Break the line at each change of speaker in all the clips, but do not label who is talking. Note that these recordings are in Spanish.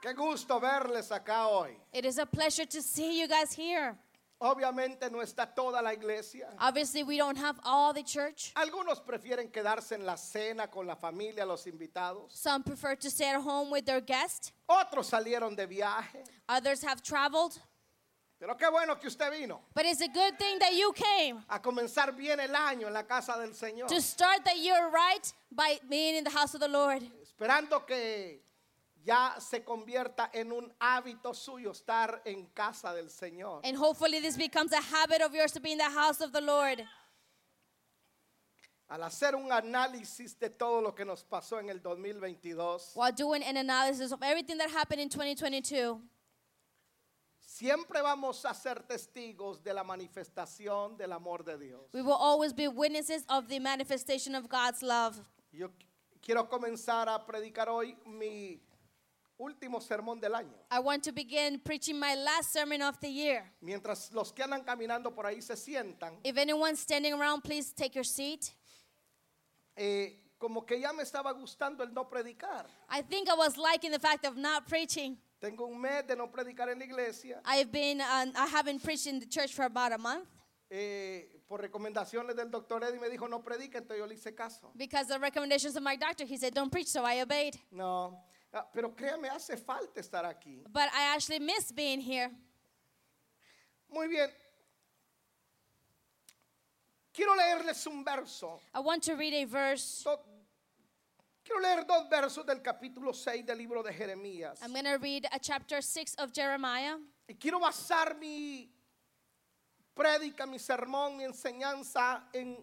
Qué gusto verles acá hoy.
It is a pleasure to see you guys here.
Obviamente no está toda la iglesia.
Obviously, we don't have all the church.
Algunos prefieren quedarse en la cena con la familia, los invitados.
Some prefer to stay at home with their guest.
Otros salieron de viaje.
Others have traveled.
Pero qué bueno que usted vino
But it's a good thing that you came
a comenzar bien el año en la casa del Señor.
to start the year right by being in the house of the Lord.
Esperando que ya se convierta en un hábito suyo estar en casa del Señor.
And hopefully, this becomes a habit of yours to be in the house of the Lord.
Al hacer un análisis de todo lo que nos pasó en el 2022,
While doing an analysis of everything that happened in 2022,
siempre vamos a ser testigos de la manifestación del amor de Dios.
we will always be witnesses of the manifestation of God's love.
Yo qu- quiero comenzar a predicar hoy mi último sermón del año.
I want to begin preaching my last sermon of the year.
Mientras los que andan caminando por ahí se sientan,
If anyone's standing around, please take your seat.
eh, como que ya me estaba gustando el no predicar.
I think I was liking the fact of not preaching.
Tengo un mes de no predicar en la iglesia
I've been, um, I haven't preached in the church for about a month
eh, por recomendaciones del doctor Eddie me dijo no predique, entonces yo le hice caso.
because the recommendations of my doctor, he said, don't preach, so I obeyed.
No, ah, pero créame, hace falta estar aquí.
But I actually miss being here.
Muy bien. Quiero leerles un verso.
I want to read a verse.
Do- Quiero leer dos versos del capítulo 6 del libro de Jeremías.
I'm going to read a chapter 6 of Jeremiah.
Y quiero basar mi prédica, mi sermón, mi enseñanza en,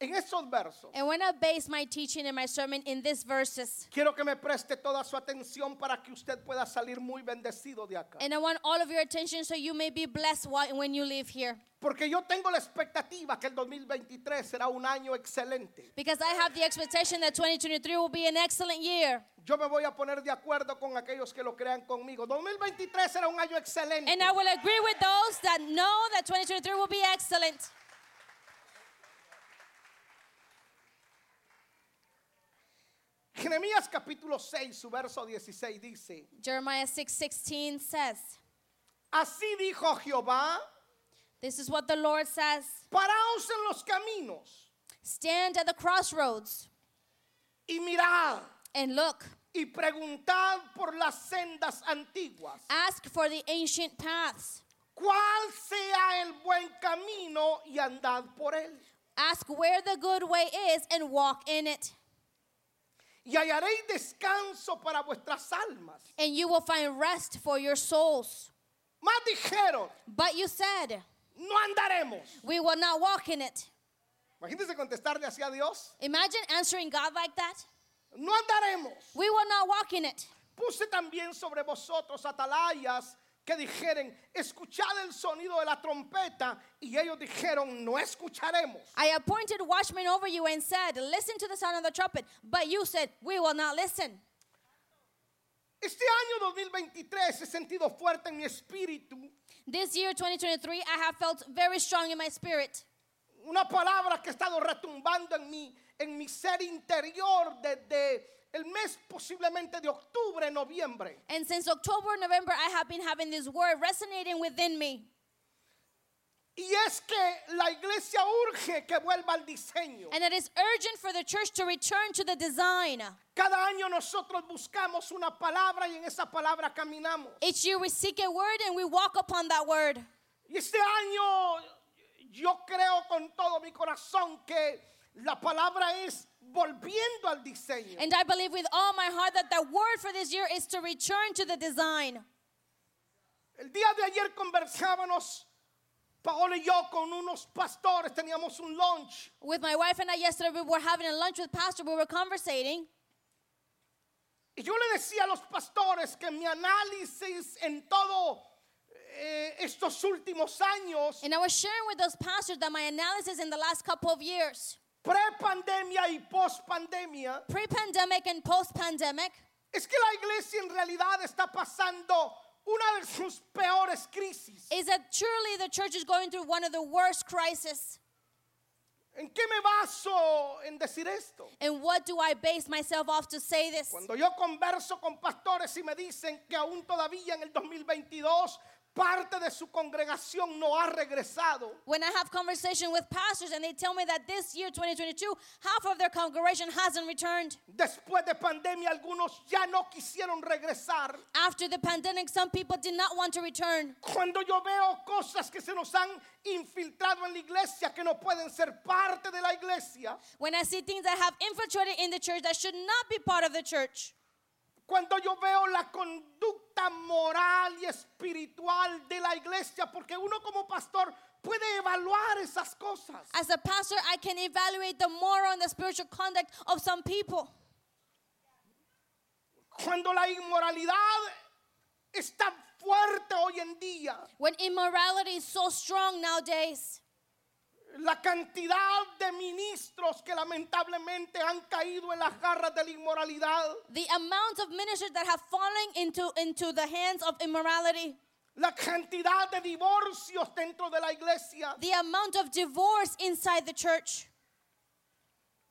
en esos versos.
And when I base my teaching and my sermon in these verses,
Quiero que me preste toda su atención para que usted pueda salir muy bendecido de acá.
and I want all of your attention so you may be blessed while, when you leave here.
Porque yo tengo la expectativa que el 2023 será un año excelente.
Because I have the expectation that 2023 will be an excellent year.
Yo me voy a poner de acuerdo con aquellos que lo crean conmigo. 2023 será un año excelente.
And I will agree with those that know that 2023 will be excellent.
Jeremías capítulo 6, su verso 16 dice,
Jeremiah 6:16 says,
así dijo Jehová,
"This is what the Lord says:
paraos en los caminos
Stand at the crossroads
y mirad
and look.
y preguntad por las sendas antiguas,
Ask for the ancient paths.
cuál sea el buen camino y andad por él.
Ask where the good way is and walk in it,
Y hallaréis descanso para vuestras almas.
and you will find rest for your souls."
Más dijeron,
But you said,
no andaremos.
"We will not walk in it."
Imagínense contestarle hacia Dios,
Imagine answering God like that.
no andaremos.
We will not walk in it.
Puse también sobre vosotros atalayas que dijeren, escuchad el sonido de la trompeta. Y ellos dijeron, no escucharemos.
I appointed watchmen over you and said, Listen to the sound of the trumpet. But you said, We will not listen.
Este año 2023 he sentido fuerte en mi espíritu
This year, 2023, I have felt very strong in my spirit.
una palabra que ha estado retumbando en mi, en mi ser interior desde el mes posiblemente de octubre, noviembre.
And since October, November, I have been having this word resonating within me.
Y es que la iglesia urge que vuelva al diseño.
And it is urgent for the church to return to the design.
Cada año nosotros buscamos una palabra y en esa palabra caminamos.
Each year, we seek a word and we walk upon that word.
Y este año yo creo con todo mi corazón que la palabra es volviendo al diseño.
And I believe with all my heart that the word for this year is to return to the design.
El día de ayer conversábamos, Paola y yo, con unos pastores, teníamos un lunch.
With my wife and I yesterday, we were having a lunch with Pastor, we were conversating.
Y yo le decía a los pastores que mi análisis en todo eh, estos últimos años
And I was sharing with those pastors that my analysis in the last couple of years,
pre-pandemia y post-pandemia,
pre-pandemic and post-pandemic,
es que la iglesia en realidad está pasando una de sus peores crisis.
is that truly the church is going through one of the worst crises.
¿En qué me baso en decir esto?
And what do I base myself off to say this?
Cuando yo converso con pastores y me dicen que aún todavía en el 2022 parte de su congregación no ha regresado,
When I have conversation with pastors and they tell me that this year 2022 half of their congregation hasn't returned.
después de pandemia algunos ya no quisieron regresar,
After the pandemic some people did not want to return.
cuando yo veo cosas que se nos han infiltrado en la iglesia que no pueden ser parte de la iglesia,
When I see things that have infiltrated in the church that should not be part of the church.
cuando yo veo la conducta moral y espiritual de la iglesia, porque uno como pastor puede evaluar esas cosas.
As a pastor, I can evaluate the moral and the spiritual conduct of some people.
Cuando la inmoralidad es tan fuerte hoy en día,
When immorality is so strong nowadays,
la cantidad de ministros que lamentablemente han caído en las garras de la inmoralidad,
the amount of ministers that have fallen into, into the hands of immorality,
la cantidad de divorcios dentro de la iglesia,
the amount of divorce inside the church.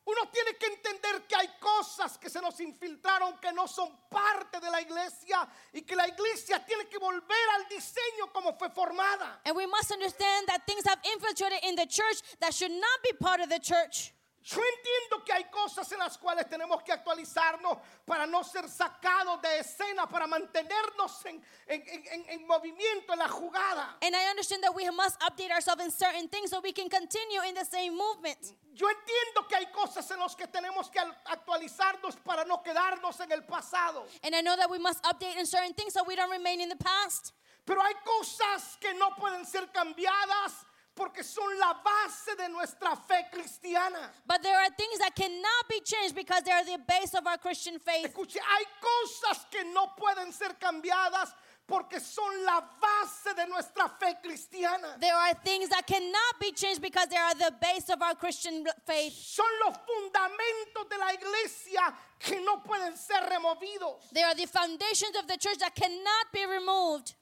uno tiene que entender que hay cosas que se nos infiltraron que no son parte de la iglesia y que la iglesia tiene que volver al diseño como fue formada.
And we must understand that things have infiltrated in the church that should not be part of the church.
Yo entiendo que hay cosas en las cuales tenemos que actualizarnos para no ser sacados de escena, para mantenernos en, en- en- en- en movimiento, en la jugada.
And I understand that we must update ourselves in certain things so we can continue in the same movement.
Yo entiendo que hay cosas en las que tenemos que al- actualizarnos para no quedarnos en el pasado.
And I know that we must update in certain things so we don't remain in the past.
Pero hay cosas que no pueden ser cambiadas porque son la base de nuestra fe cristiana.
But there are things that cannot be changed because they are the base of our Christian faith.
Escuche, hay cosas que no pueden ser cambiadas porque son la base de nuestra fe cristiana.
There are things that cannot be changed because they are the base of our Christian faith.
son los fundamentos de la iglesia que no pueden ser removidos.
They are the foundations of the church that cannot be removed.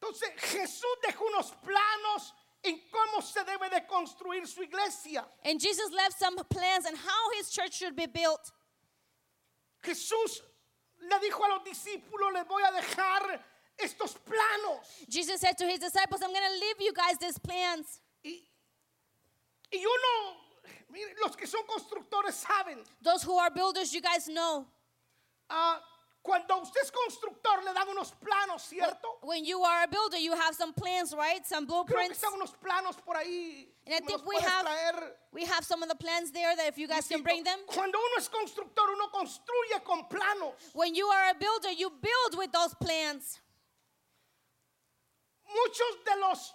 Entonces Jesús dejó unos planos en cómo se debe de construir su iglesia.
And Jesus left some plans on how his church should be built.
Jesús le dijo a los discípulos, les voy a dejar estos planos.
Jesus said to his disciples, I'm going to leave you guys these plans.
Y, y uno, mire, los que son constructores saben,
Those who are builders, you guys know.
ah, cuando usted es constructor le dan unos planos, ¿cierto?
When you are a builder, you have some plans, right? Some
Creo que
blueprints.
están unos planos por ahí.
And I
Si me los
think we
puedes
have-
traer.
We have some of the plans there that if you guys can bring them.
Cuando uno es constructor, uno construye con planos.
When you are a builder, you build with those plans.
Muchos de los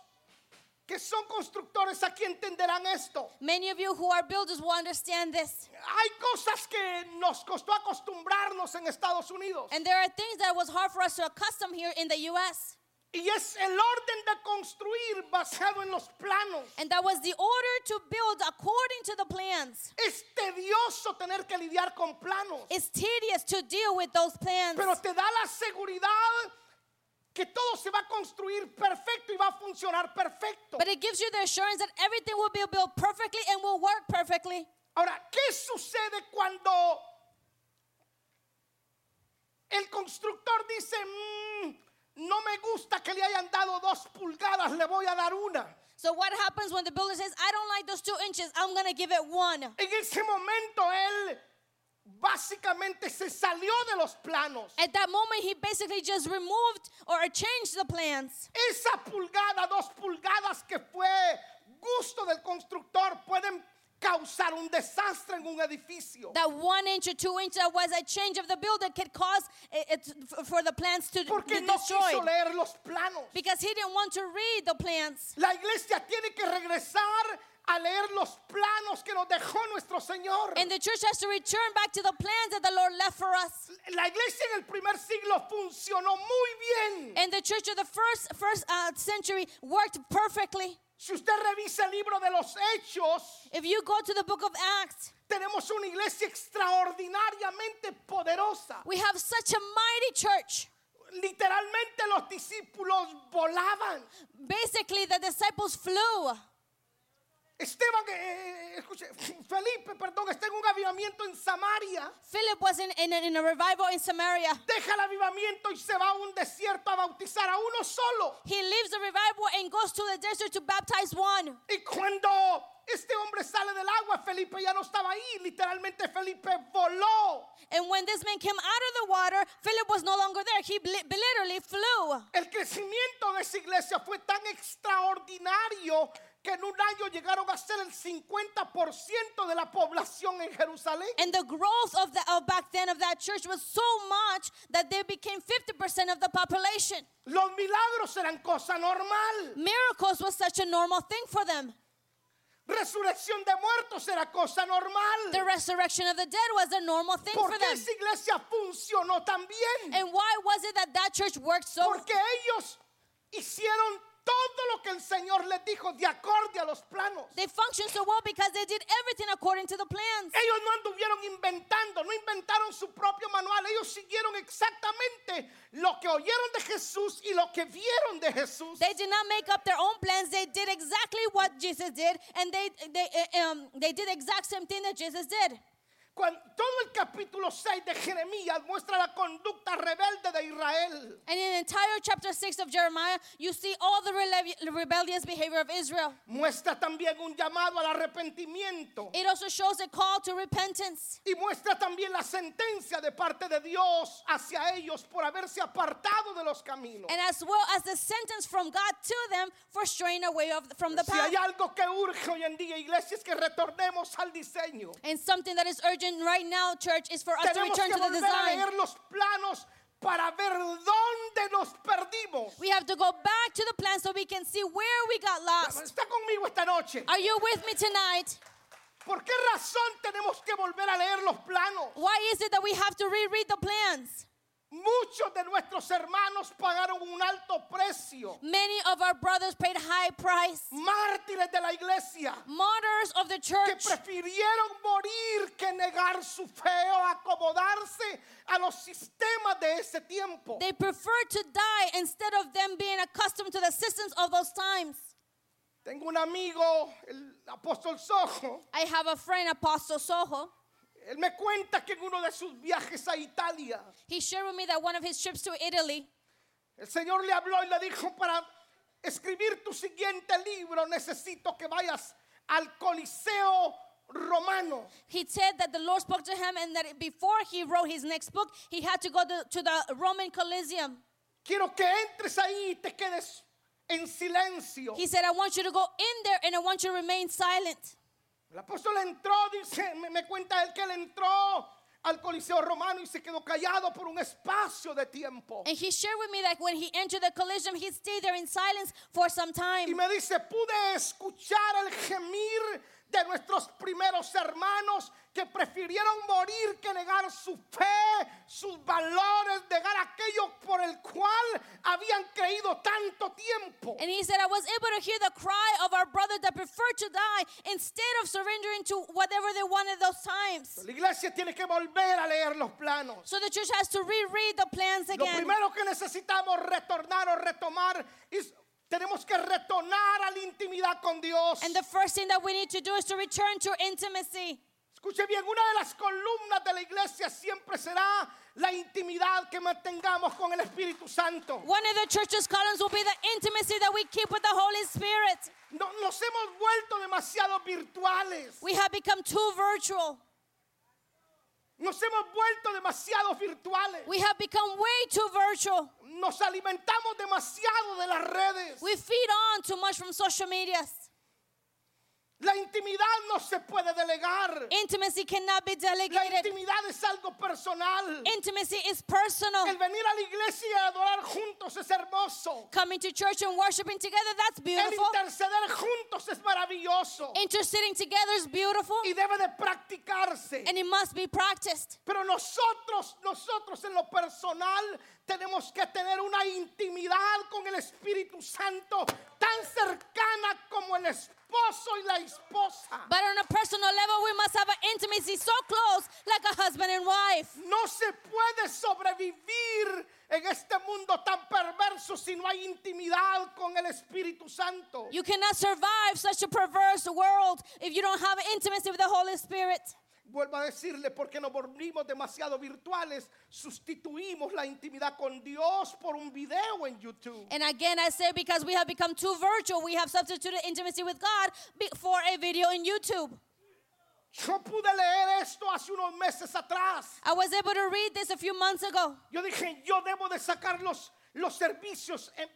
que son constructores aquí entenderán esto.
Many of you who are builders will understand this.
Hay cosas que nos costó acostumbrarnos en Estados Unidos.
And there are things that was hard for us to accustom here in the US.
Y es el orden de construir basado en los planos.
And that was the order to build according to the plans.
Es tedioso tener que lidiar con planos.
It's tedious to deal with those plans.
Pero te da la seguridad que todo se va a construir perfecto y va a funcionar perfecto.
But it gives you the assurance that everything will be built perfectly and will work perfectly.
Ahora, ¿qué sucede cuando el constructor dice, "Mm, no me gusta que le hayan dado dos pulgadas, le voy a dar una?
So what happens when the builder says, I don't like those two inches, I'm gonna give it one.
En ese momento él básicamente se salió de los planos.
At that moment, he basically just removed or changed the plans.
Esa pulgada, dos pulgadas que fue gusto del constructor pueden causar un desastre en un edificio.
That one inch or two inch that was a change of the builder could cause it, it- f- for the plans to
Porque
be
no quiso
destroyed.
leer los planos.
Because he didn't want to read the plans.
La iglesia tiene que regresar a leer los planos que nos dejó nuestro Señor.
And the church has to return back to the plans that the Lord left for us.
La iglesia en el primer siglo funcionó muy bien.
And the church of the first first uh, century worked perfectly.
Si usted revisa el libro de los Hechos,
If you go to the book of Acts,
tenemos una iglesia extraordinariamente poderosa.
we have such a mighty church.
Literalmente los discípulos volaban.
Basically, the disciples flew.
Esteban, eh, eh, escuche, Felipe, perdón, está en un avivamiento en Samaria.
Philip was in, in, in a revival in Samaria.
Deja el avivamiento y se va a un desierto a bautizar a uno solo.
He leaves the revival and goes to the desert to baptize one.
Y cuando este hombre sale del agua, Felipe ya no estaba ahí. Literalmente Felipe voló.
And when this man came out of the water, Philip was no longer there. He bel- literally flew.
El crecimiento de esa iglesia fue tan extraordinario que en un año llegaron a ser el 50% de la población en Jerusalén.
And the growth of, the, of back then of that church was so much that they became 50% of the population.
Los milagros eran cosa normal.
Miracles was such a normal thing for them.
Resurrección de muertos era cosa
The
normal.
resurrection of the dead was a normal thing
¿Por
for
qué
them.
esa iglesia funcionó tan bien?
And why was it that that church worked so?
Porque ellos hicieron todo lo que el Señor les dijo de acorde a los planos.
They functioned so well because they did everything according to the plans.
Ellos no anduvieron inventando, no inventaron su propio manual. Ellos siguieron exactamente lo que oyeron de Jesús y lo que vieron de Jesús.
They did not make up their own plans. They did exactly what Jesus did, and they they uh, um, they did the exact same thing that Jesus did.
Cuando- todo el capítulo 6 de Jeremías muestra la conducta rebelde de Israel.
And in entire chapter six of Jeremiah, you see all the rele- rebellious behavior of Israel.
Muestra también un llamado al arrepentimiento.
It also shows a call to repentance.
Y muestra también la sentencia de parte de Dios hacia ellos por haberse apartado de los caminos.
And as well as the sentence from God to them for straying away of, from the
Si
path.
hay algo que urge hoy en día, iglesia, es que retornemos al diseño.
And something that is urgent right now, church, is for us to
Tenemos
return
que
to the
volver a
design.
leer los planos para ver dónde nos perdimos.
We have to go back to the plan so we can see where we got lost.
Está conmigo esta noche.
Are you with me tonight?
¿Por qué razón tenemos que volver a leer los planos?
Why is it that we have to reread the plans?
Muchos de nuestros hermanos pagaron un alto precio.
Many of our brothers paid high price.
Mártires de la iglesia
Martyrs of the
que
church
prefirieron morir que negar su fe o acomodarse a los sistemas de ese tiempo.
They prefer to die instead of them being accustomed to the systems of those times.
Tengo un amigo, el apóstol Sojo,
I have a friend, Apostle Soho.
Él me cuenta que en uno de sus viajes a Italia,
He shared with me that one of his trips to Italy,
el Señor le habló y le dijo, para escribir tu siguiente libro necesito que vayas al Coliseo Romano.
he said that the Lord spoke to him and that before he wrote his next book, he had to go to, to the Roman Coliseum.
Quiero que entres ahí y te quedes en silencio.
He said, I want you to go in there and I want you to remain silent.
El apóstol entró, dice, me, me cuenta él que él entró al Coliseo Romano y se quedó callado por un espacio de tiempo.
And he shared with me that when he entered the Coliseum, he stayed there in silence for some time.
Y me dice, pude escuchar el gemir de nuestros primeros hermanos que prefirieron morir que negar su fe, sus valores, negar aquello por el cual habían creído tanto tiempo.
And he said, I was able to hear the cry of our brother that preferred to die instead of surrendering to whatever they wanted those times.
La iglesia tiene que volver a leer los planos.
So the church has to reread the plans
Lo
again.
primero que necesitamos retornar o retomar es... Tenemos que retornar a la intimidad con Dios.
And the first thing that we need to do is to return to intimacy.
Escuche bien, una de las columnas de la iglesia siempre será la intimidad que mantengamos con el Espíritu Santo.
One of the church's columns will be the intimacy that we keep with the Holy Spirit.
No- nos hemos vuelto demasiado virtuales,
We have become too virtual.
nos hemos vuelto demasiado virtuales,
We have become way too virtual.
nos alimentamos demasiado de las redes.
We feed on too much from social media.
La intimidad no se puede delegar,
Intimacy cannot be
la
delegated.
intimidad es algo personal.
Intimacy is personal.
El venir a la iglesia y adorar juntos es hermoso.
Coming to church and worshiping together, that's
El
beautiful.
interceder juntos es maravilloso
Interceding together is beautiful
y debe de practicarse.
and it must be practiced.
Pero nosotros, nosotros en lo personal tenemos que tener una intimidad con el Espíritu Santo tan cercana como el esposo esposo y la esposa.
But on a personal level, we must have an intimacy so close, like a husband and wife.
No se puede sobrevivir en este mundo tan perverso si no hay intimidad con el Espíritu Santo.
You cannot survive such a perverse world if you don't have intimacy with the Holy Spirit.
Vuelvo a decirle, porque nos volvimos demasiado virtuales, sustituimos la intimidad con Dios por un video en YouTube.
And again, I say because we have become too virtual, we have substituted intimacy with God be- for a video in YouTube.
Yo pude leer esto hace unos meses atrás.
I was able to read this a few months ago.
Yo dije, yo debo de sacar los, los servicios en,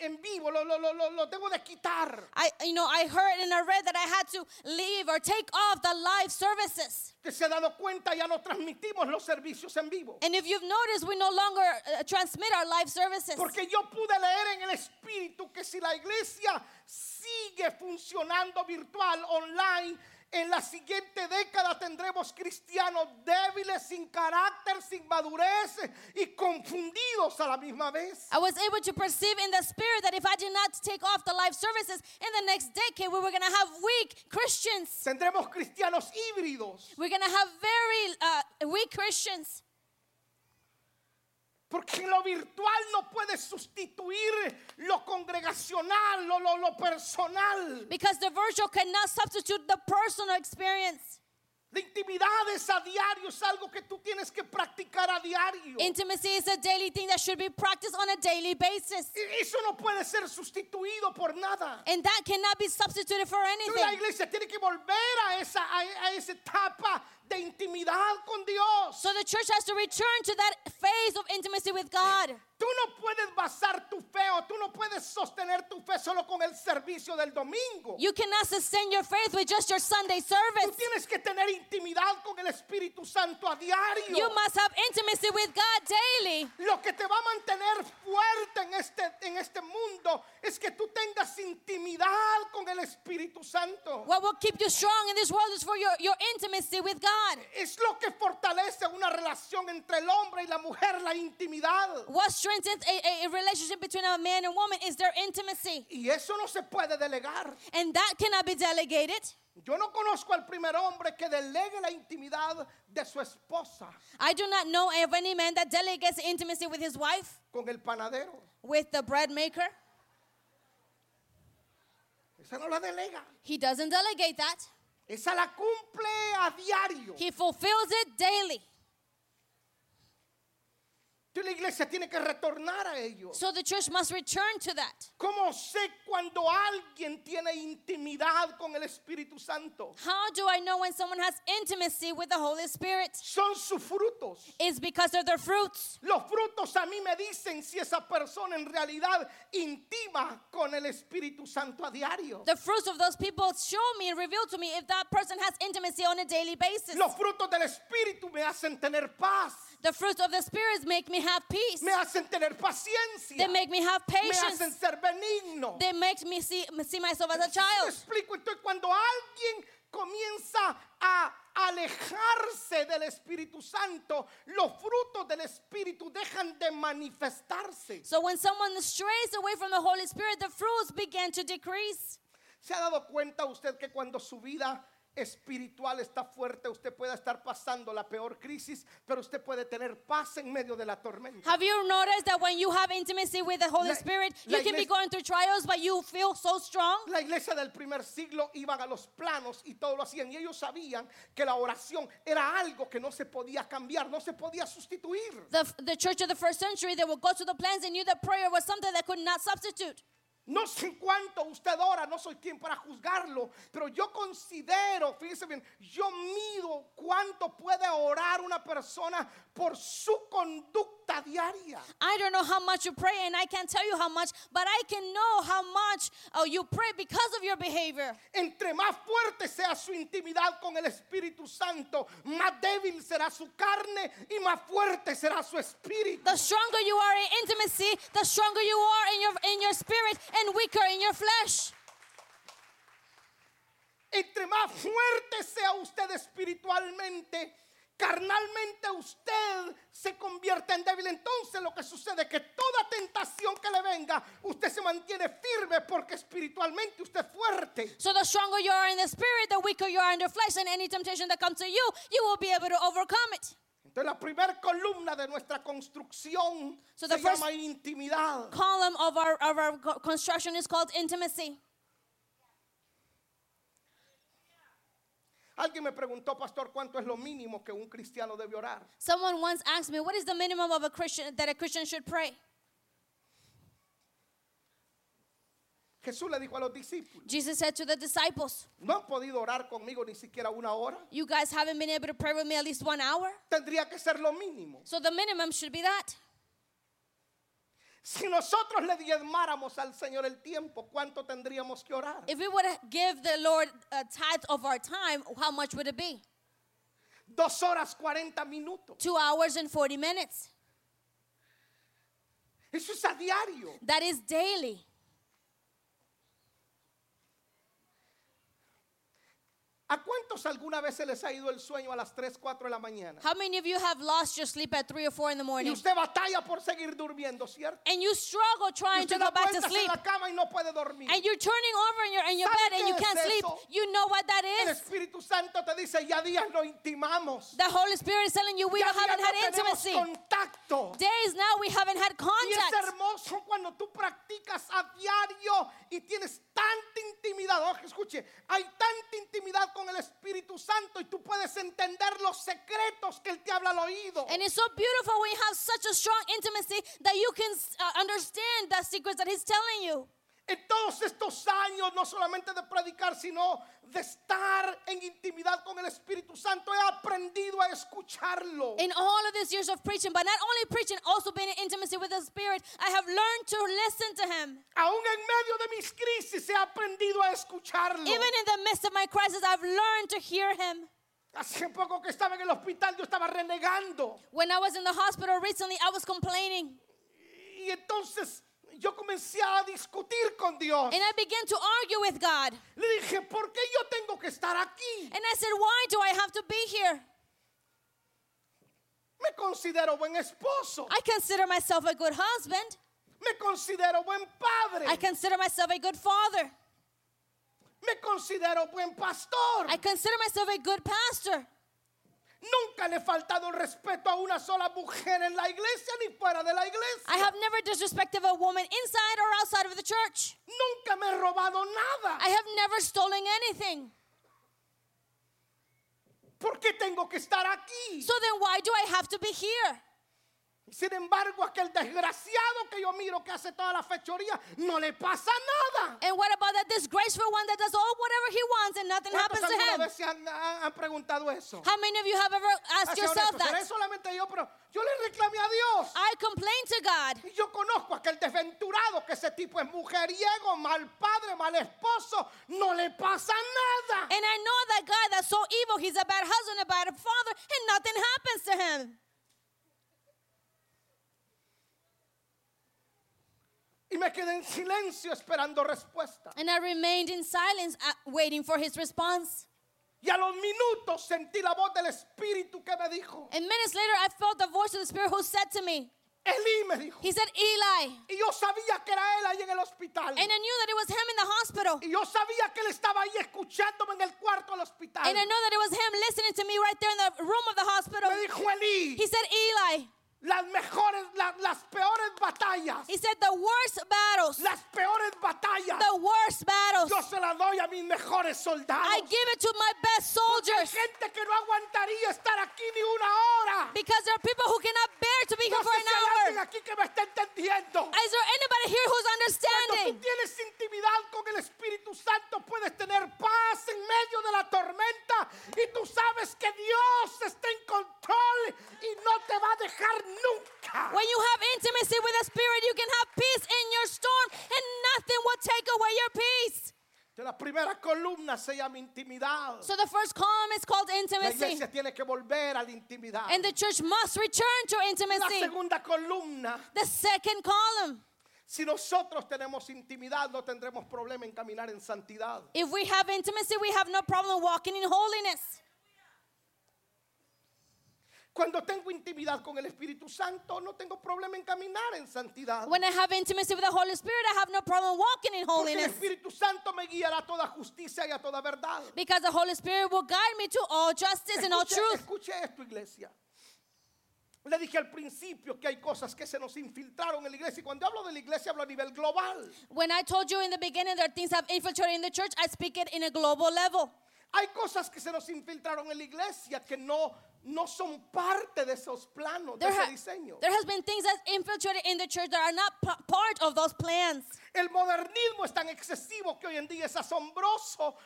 en vivo, los lo, lo- lo- lo debo de quitar.
I, you know, I heard and I read that I had to leave or take off the live services.
Que se ha dado cuenta, ya no transmitimos los servicios en vivo.
And if you've noticed, we no longer uh, transmit our live services.
Porque yo pude leer en el espíritu que si la iglesia sigue funcionando virtual, online, en la siguiente década tendremos cristianos débiles, sin carácter, sin madurez y confundidos a la misma vez.
I was able to perceive in the spirit that if I did not take off the live services in the next decade, we were going to have weak Christians.
Tendremos cristianos híbridos.
We're going to have very uh, weak Christians.
Porque lo virtual no puede sustituir lo congregacional, lo, lo, lo personal.
Because the virtual cannot substitute the personal experience.
La intimidad es a diario, es algo que tú tienes que practicar a diario.
Intimacy is a daily thing that should be practiced on a daily basis.
E- Eso no puede ser sustituido por nada.
And that cannot be substituted for
Entonces, La
anything.
iglesia tiene que volver a esa, a, a esa etapa de intimidad con Dios.
So the church has to return to that phase of intimacy with God.
Tú no puedes basar tu fe o tú no puedes sostener tu fe solo con el servicio del domingo.
You cannot sustain your faith with just your Sunday
Tú
service.
tienes que tener intimidad con el Espíritu Santo a diario.
You must have intimacy with God daily.
Lo que te va a mantener fuerte en este, en este mundo es que tú tengas intimidad con el Espíritu Santo.
What will keep you strong in this world is for your, your intimacy with God.
Es lo que fortalece una relación entre el hombre y la mujer, la intimidad.
What strengthens a, a- a relationship between a man and woman is their intimacy.
Y eso no se puede delegar.
And that cannot be delegated.
Yo no conozco al primer hombre que delegue la intimidad de su esposa
I do not know of any man that delegates intimacy with his wife,
con el panadero.
with the bread maker.
Esa no la delega.
He doesn't delegate that.
Esa la cumple a diario.
He fulfills it daily.
Entonces la iglesia tiene que retornar a ello.
So the church must return to that.
¿Cómo sé cuando alguien tiene intimidad con el Espíritu Santo?
How do I know when someone has intimacy with the Holy Spirit?
Son sus frutos.
It's because of their fruits.
Los frutos a mí me dicen si esa persona en realidad intima con el Espíritu Santo a diario.
The fruits of those people show me and reveal to me if that person has intimacy on a daily basis.
Los frutos del Espíritu me hacen tener paz,
The fruits of the Spirit make me have peace.
me hacen tener paciencia,
They
me
make me have patience.
hacen ser benigno.
They make me see, see myself as a
¿Me
child.
explico? Entonces cuando alguien comienza a alejarse del Espíritu Santo, los frutos del Espíritu dejan de manifestarse.
So when someone strays away from the Holy Spirit, the fruits begin to decrease.
¿Se ha dado cuenta usted que cuando su vida espiritual está fuerte, usted puede estar pasando la peor crisis, pero usted puede tener paz en medio de la tormenta?
Have you noticed that when you have intimacy with the Holy
La-
Spirit,
la
you can be
iglesia-
going through trials, but you feel so strong?
La iglesia del primer siglo iban a los planos y todo lo hacían. Y ellos sabían que la oración era algo que no se podía cambiar, no se podía sustituir.
The, the church of the first century, they would go to the plans and knew that prayer was something that could not substitute.
No sé cuánto usted ora, no soy quien para juzgarlo, pero yo considero, fíjese bien, yo mido cuánto puede orar una persona por su conducta diaria.
I don't know how much you pray, and I can't tell you how much, but I can know how much uh, you pray because of your behavior.
Entre más fuerte sea su intimidad con el Espíritu Santo, más débil será su carne y más fuerte será su espíritu.
The stronger you are in intimacy, the stronger you are in your in your spirit, and weaker in your flesh.
Entre más fuerte sea usted espiritualmente, carnalmente usted se convierte en débil, entonces lo que sucede es que toda tentación que le venga, usted se mantiene firme porque espiritualmente usted es fuerte.
So the stronger you are in the spirit, the weaker you are in the flesh, and any temptation that comes to you, you will be able to overcome it.
Entonces la primer columna de nuestra construcción
So
se
the first-
llama intimidad.
Column of our, of our co- construction is called intimacy.
Alguien me preguntó, pastor, ¿cuánto es lo mínimo que un cristiano debe orar?
Someone once asked me, "What is the minimum of a Christian that a Christian should pray?"
Jesús le dijo a los discípulos,
Jesus said to the disciples,
no han podido orar conmigo ni siquiera una hora.
"You guys haven't been able to pray with me at least 1 hour,
Tendría que ser lo mínimo.
so the minimum should be that."
Si nosotros le diezmáramos al Señor el tiempo, ¿cuánto tendríamos que orar?
If we would give the Lord a tithe of our time, how much would it be?
Dos horas cuarenta minutos.
2 hours and 40 minutes.
Eso es a diario.
That is daily.
¿A cuántos alguna vez se les ha ido el sueño a las 3, 4 de la mañana?
How many of you have lost your sleep at 3 or 4 in the
Y
morning?
usted batalla por seguir durmiendo, ¿cierto?
And you struggle
Y
trying to
usted
go
da
back to
vueltas en
sleep.
la cama y no puede dormir.
And you're turning over in your, in your
¿Sabe
bed and
qué
you
es
can't sleep.
eso?
You know what that
El
is.
Espíritu Santo te dice, ya días no intimamos.
The Holy Spirit is telling you we
ya
don't
días
haven't
no
had
tenemos
intimacy.
contacto.
Days now we haven't had
Y es
contact.
hermoso cuando tú practicas a diario y tienes tanta intimidad. Ojo, escuche, hay tanta intimidad con el Espíritu Santo y tú puedes entender los secretos que Él te habla al oído.
And it's so beautiful when you have such a strong intimacy that you can uh, understand the secrets that He's telling you.
En todos estos años, no solamente de predicar, sino de estar en intimidad con el Espíritu Santo, he aprendido a escucharlo.
In all of these years of preaching, but not only preaching, also being in intimacy with the Spirit, I have learned to listen to Him.
Aún en medio de mis crisis, he aprendido a escucharlo.
Even in the midst of my crisis, I've learned to hear Him.
Hace poco que estaba en el hospital, yo estaba renegando.
When I was in the hospital recently, I was complaining.
Y entonces yo comencé a discutir con Dios.
And I began to argue with God.
Le dije, ¿por qué yo tengo que estar aquí?
And I said, Why do I have to be here?
Me considero buen esposo.
I consider myself a good husband.
Me considero buen padre.
I consider myself a good father.
Me considero buen pastor.
I consider myself a good pastor.
Nunca le he faltado el respeto a una sola mujer en la iglesia ni fuera de la iglesia.
I have never disrespected a woman inside or outside of the church.
Nunca me he robado nada.
I have never stolen anything.
¿Por qué tengo que estar aquí?
So then why do I have to be here?
Sin embargo, aquel desgraciado que yo miro que hace toda la fechoría, no le pasa nada.
And what about that disgraceful one that does all whatever he wants and nothing happens
¿Cuántos
to
alguna
him?
vez se han, han- han preguntado eso?
How many of you have ever asked
Hacia ahora,
yourself
esto, seré
that?
solamente yo, pero yo le reclamé a Dios.
I complain to God.
Y yo conozco a aquel desventurado que ese tipo es mujeriego, mal padre, mal esposo, no le pasa nada.
And I know that guy that's so evil, he's a bad husband, a bad father, and nothing happens to him.
Y me quedé en silencio esperando respuesta.
And I remained in silence, uh, waiting for his response.
Y a los minutos sentí la voz del Espíritu que me dijo,
And minutes later, I felt the voice of the Spirit who said to me,
Elí me dijo.
He said, Eli.
Y yo sabía que era él ahí en el hospital.
And I knew that it was him in the hospital.
Y yo sabía que él estaba ahí escuchándome en el cuarto del hospital.
And I know that it was him listening to me right there in the room of the hospital.
Me dijo Elí,
He said, Eli.
las mejores, la- las peores batallas,
He said, The worst battles,
las peores batallas,
the worst battles,
yo se las doy a mis mejores
I
soldados.
give it to my best
Hay
soldiers.
gente que no aguantaría estar aquí ni una hora.
Because there are people who cannot bear to be
No
here for
sé
an
si hay alguien
hour.
aquí que me está entendiendo.
Is there anybody here who's
Cuando tú
understanding?
tienes intimidad con el Espíritu Santo, puedes tener paz en medio de la tormenta y tú sabes que Dios está en control y no te va a dejar nunca.
When you have intimacy with the Spirit, you can have peace in your storm, and nothing will take away your peace.
De la primera columna se llama intimidad.
So the first column is called
La
intimacy,
iglesia tiene que volver a la intimidad.
and the church must return to
La
intimacy.
segunda columna,
The second column.
si nosotros tenemos intimidad, no tendremos problema en caminar en santidad.
If we have intimacy, we have no problem walking in holiness.
Cuando tengo intimidad con el Espíritu Santo, no tengo problema en caminar en santidad.
When I have intimacy with the Holy Spirit, I have no problem walking in
Porque el
holiness
Espíritu Santo me guiará a toda justicia y a toda verdad.
because the Holy Spirit will guide me to all justice and all
Escuche,
truth.
escuche esto, iglesia. Le dije al principio que hay cosas que se nos infiltraron en la iglesia. Y cuando hablo de la iglesia, hablo a nivel global.
When I told you in the beginning that things have infiltrated in the church, I speak it in a global level.
Hay cosas que se nos infiltraron en la iglesia que no, no son parte de esos planos, de
There,
ese
ha-
diseño.
there has been things that infiltrated in the church that are not p- part of those plans.
El modernismo es tan excesivo que hoy en día es asombroso.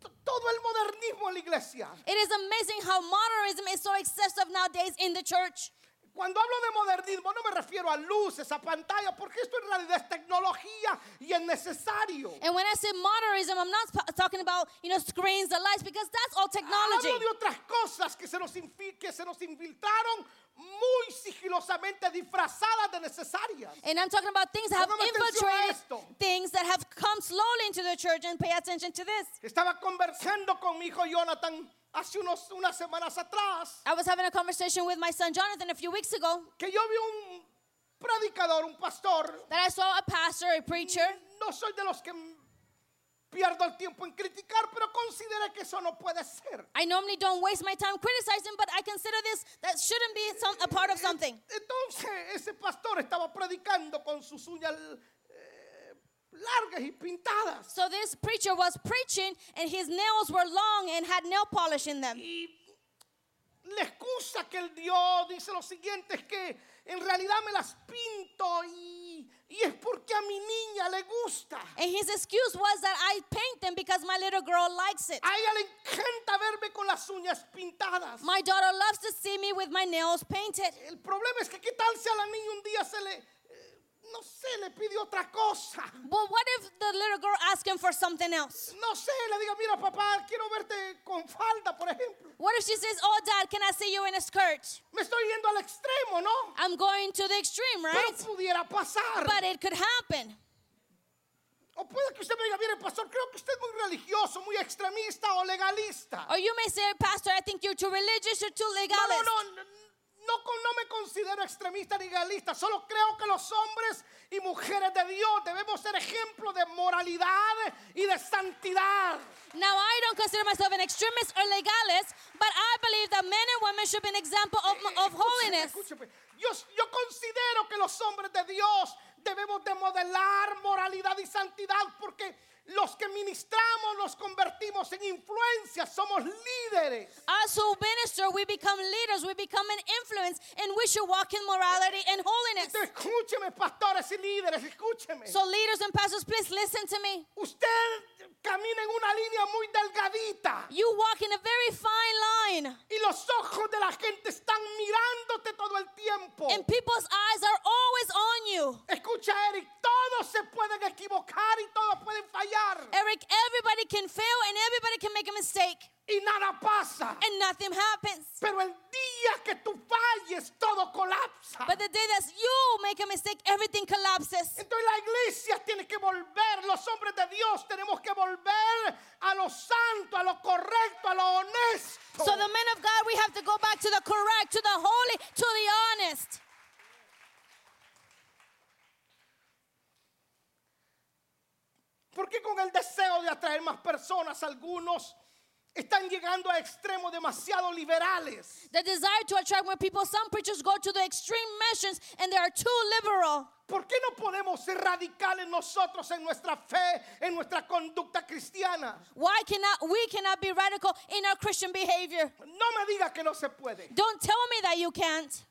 T- Todo el modernismo en la iglesia.
It is amazing how modernism is so excessive nowadays in the church.
Cuando hablo de modernismo no me refiero a luces, a pantalla, porque esto en realidad es tecnología y es necesario.
And when I say modernism, I'm not sp- talking about you know screens and lights because that's all
Hablo
technology.
de otras cosas que se nos, infi- que se nos infiltraron muy sigilosamente disfrazadas de necesarias.
And I'm talking about things that have
Póngame atención a esto.
infiltrated, things that have come slowly into the church. And pay attention to this.
Estaba conversando con mi hijo Jonathan hace unos, unas semanas atrás
I was having a conversation with my son Jonathan a few weeks ago
que yo vi un predicador, un pastor.
that I saw a pastor, a preacher.
No soy de los que m- pierdo el tiempo en criticar, pero consideré que eso no puede ser.
I normally don't waste my time criticizing, but I consider this that shouldn't be some, a part of something.
Entonces ese pastor estaba predicando con sus uñas eh, largas y pintadas.
So this preacher was preaching, and his nails were long and had nail polish in them.
Y la excusa que él dio dice lo siguiente, es que en realidad me las pinto y, y es porque a mi niña le gusta.
And his excuse was that I paint them because my little girl likes it.
A ella le encanta verme con las uñas pintadas.
My daughter loves to see me with my nails painted.
El problema es que qué tal si a la niña un día se le, eh, no sé, le pide otra cosa.
But what if the little girl asks him for something else?
No sé, le diga, mira papá, quiero verte con falda, por ejemplo.
What if she says, "Oh, Dad, can I see you in a skirt?"
Me estoy yendo al extremo, ¿no?
I'm going to the extreme,
Pero
right?
pudiera pasar.
But it could happen.
O puede que usted me diga, mire, pastor, creo que usted es muy religioso, muy extremista o legalista.
Or you may say, Pastor, I think you're too religious, you're too
No, no,
legalist.
no, no, no, con- no me considero extremista ni legalista. Solo creo que los hombres y mujeres de Dios debemos ser ejemplo de moralidad y de santidad.
Now, I don't consider myself an extremist or legalist, but I believe that men and women should be an example of, of
Escúcheme,
holiness.
escúcheme. pues. Yo, yo considero que los hombres de Dios debemos de modelar moralidad y santidad porque los que ministramos nos convertimos en influencias, somos líderes.
As who minister, we become leaders, we become an influence, and we should walk in morality and holiness.
Entonces, escúcheme, pastores y líderes, escúcheme.
So, leaders and pastors, please listen to me.
Usted camina en una línea muy delgadita
You walk in a very fine line,
y los ojos de la gente están mirándote todo el tiempo.
and people's eyes are always on you.
Escucha, Eric, todos se pueden equivocar y todos pueden fallar
Eric, everybody can fail and everybody can make a mistake,
y nada pasa.
and nothing happens.
Pero el día que tú falles, todo colapsa.
But the day that you make a mistake, everything collapses.
Entonces la iglesia tiene que volver, los hombres de Dios tenemos que volver a lo santo, a lo correcto, a lo honesto.
So the men of God, we have to go back to the correct, to the holy, to the honest.
Porque con el deseo de atraer más personas, algunos están llegando a extremos demasiado liberales.
The desire to attract more people. Some preachers go to the extreme measures and they are too liberal.
¿Por qué no podemos ser radicales nosotros en nuestra fe, en nuestra conducta cristiana?
Why cannot we cannot be radical in our Christian behavior?
No me diga que no se puede.
Don't tell me that you can't.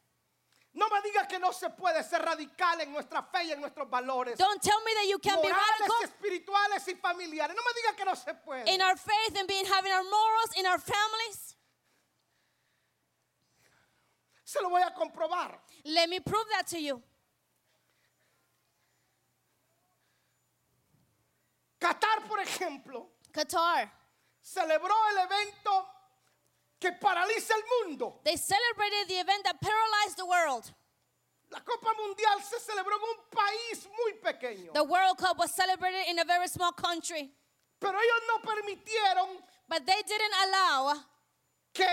No me diga que no se puede ser radical en nuestra fe y en nuestros valores.
Don't tell me that you can't be
morales,
radical
espirituales y familiares. No me diga que no se puede.
in our faith and being having our morals in our families.
Se lo voy a comprobar.
Let me prove that to you.
Qatar, por ejemplo,
Qatar,
celebró el evento que paraliza el mundo.
they celebrated the event that paralyzed the world.
La Copa Mundial se celebró en un país muy pequeño,
The World Cup was celebrated in a very small country,
pero ellos no permitieron
but they didn't allow
que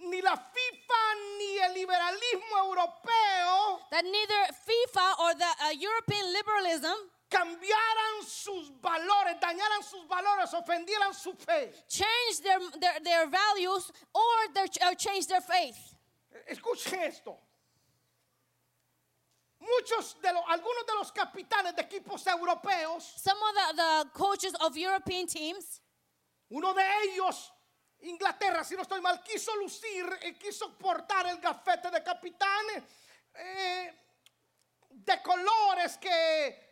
ni la FIFA ni el liberalismo europeo
that neither FIFA or the uh, European liberalism
cambiaran sus valores, dañaran sus valores, ofendieran su fe.
change their, their, their values or, their, or change their faith.
Escuche esto. Muchos de los, algunos de los capitanes de equipos europeos,
Some of the, the coaches of European teams,
uno de ellos, Inglaterra, si no estoy mal, quiso lucir, eh, quiso portar el gafete de capitán eh, de colores que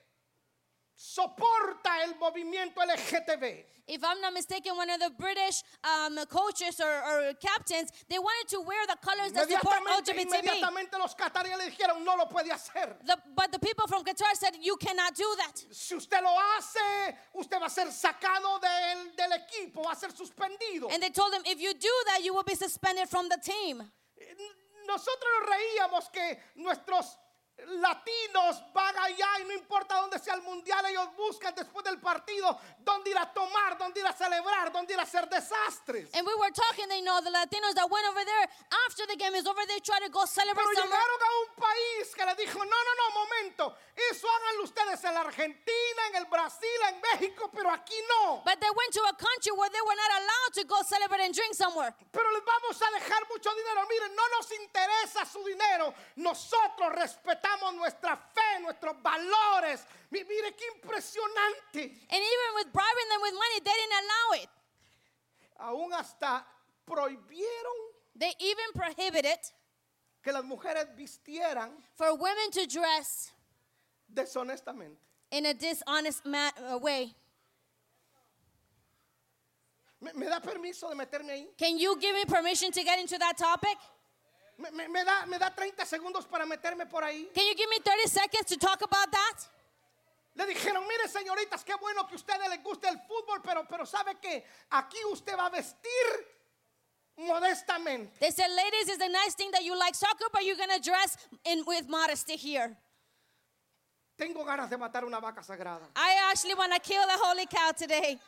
soporta el movimiento LGTB.
if I'm not mistaken, one of the British um, coaches or, or captains, they wanted to wear the colors that support
Inmediatamente,
LGBT.
inmediatamente los cataríes le dijeron, no lo puede hacer.
The, but the people from Qatar said, you cannot do that.
Si usted lo hace, usted va a ser sacado del, del equipo, va a ser suspendido.
And they told him, if you do that, you will be suspended from the team.
Eh, Nosotros nos reíamos que nuestros latinos van allá y no importa dónde sea el mundial, ellos buscan después del partido dónde ir a tomar, dónde ir a celebrar, dónde ir a hacer desastres.
And we were talking, they know the Latinos that went over there after the game is over, they try to go celebrate
Pero llegaron
somewhere.
a un país que le dijo, no, no, no, momento, eso háganlo ustedes en la Argentina, en el Brasil, en México, pero aquí no.
But they went to a country where they were not allowed to go celebrate and drink somewhere.
Pero les vamos a dejar mucho dinero. Miren, no nos interesa su dinero. Nosotros respetamos nuestra fe, nuestros valores. Mi- Mire qué impresionante.
And even with bribing them with money, they didn't allow it.
aún hasta prohibieron
They even prohibited
que las mujeres vistieran
for women to dress
deshonestamente.
in a dishonest ma- uh, way.
¿Me, me da permiso de meterme ahí?
Can you give me permission to get into that topic?
¿Me, me- me da, ¿Me da 30 segundos para meterme por ahí?
Can you give me 30 seconds to talk about that?
Le dijeron, mire señoritas, qué bueno que a ustedes les guste el fútbol, pero, pero sabe que aquí usted va a vestir modestamente.
They said, ladies, it's a nice thing that you like soccer, but you're gonna dress in with modesty here.
Tengo ganas de matar una vaca sagrada.
I actually wanna kill the holy cow today.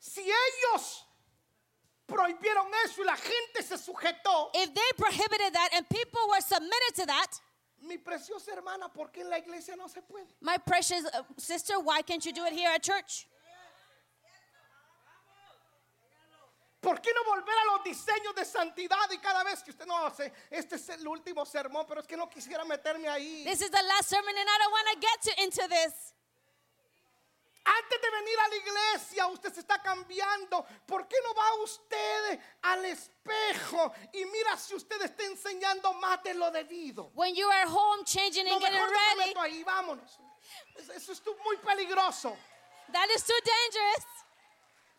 Si ellos prohibieron eso y la gente se sujetó,
If they prohibited that and people were submitted to that,
mi preciosa hermana, ¿por qué en la iglesia no se puede?
my precious uh, sister, why can't you do it here at church?
¿Por qué no volver a los diseños de santidad y cada vez que usted no hace, este es el último sermón, pero es que no quisiera meterme ahí.
This is the last sermon, and I don't wanna get to, into this.
Antes de venir a la iglesia, usted se está cambiando. ¿Por qué no va usted al espejo y mira si usted está enseñando más de lo debido?
When you are home changing
No,
and getting
mejor no me
ready,
meto ahí, vámonos. Eso- Eso es tu- muy peligroso.
that is too dangerous.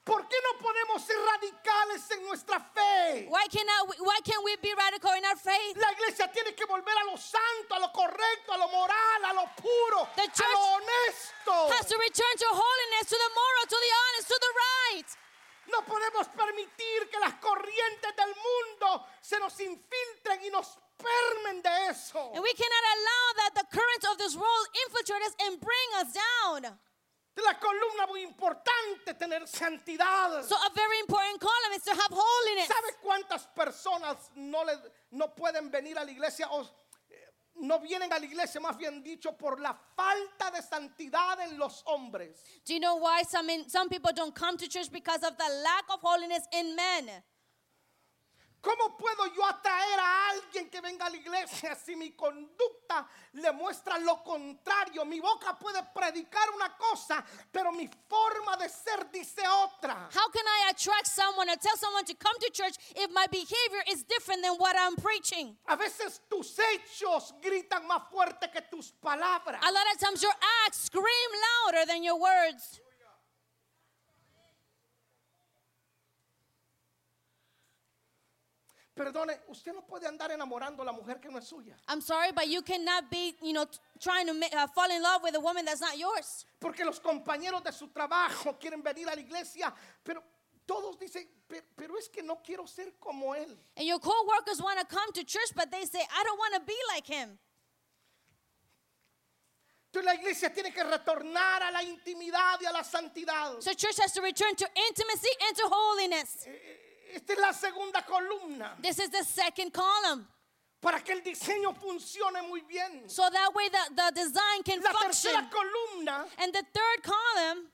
¿Por qué no podemos ser radicales en nuestra fe?
Why cannot we, why can't we be radical in our faith?
La iglesia tiene que volver a lo santo, a lo correcto, a lo moral, a lo puro,
The
a lo honesto.
Has to return to holiness, to the moral, to the honest, to the right.
No podemos permitir que las corrientes del mundo se nos infiltren y nos permen de eso.
And we cannot allow that the currents of this world infiltrate us and bring us down.
La columna muy importante tener santidad.
So a very important column is to have holiness.
¿Sabe cuántas personas no, le, no pueden venir a la iglesia o eh, no vienen a la iglesia, más bien dicho, por la falta de santidad en los hombres?
Do you know why some in, some people don't come to church because of the lack of holiness in men?
¿Cómo puedo yo atraer a alguien que venga a la iglesia si mi conducta le muestra lo contrario? Mi boca puede predicar una cosa, pero mi forma de ser dice otra.
How can I attract someone or tell someone to come to church if my behavior is different than what I'm preaching?
A veces tus hechos gritan más fuerte que tus palabras.
A lot of times your acts scream louder than your words.
Perdone, usted no puede andar enamorando a la mujer que no es suya.
I'm sorry, but you cannot be, you know, t- trying to ma- uh, fall in love with a woman that's not yours.
Porque los compañeros de su trabajo quieren venir a la iglesia, pero todos dicen, "Pe- pero es que no quiero ser como él.
And your co-workers want to come to church, but they say, "I don't want to be like him."
Entonces la iglesia tiene que retornar a la intimidad y a la santidad.
So church has to return to intimacy and to holiness.
Eh, Esta es la segunda columna.
This is the second column.
Para que el diseño funcione muy bien.
So that way the, the design can
La
function.
tercera columna
And the third column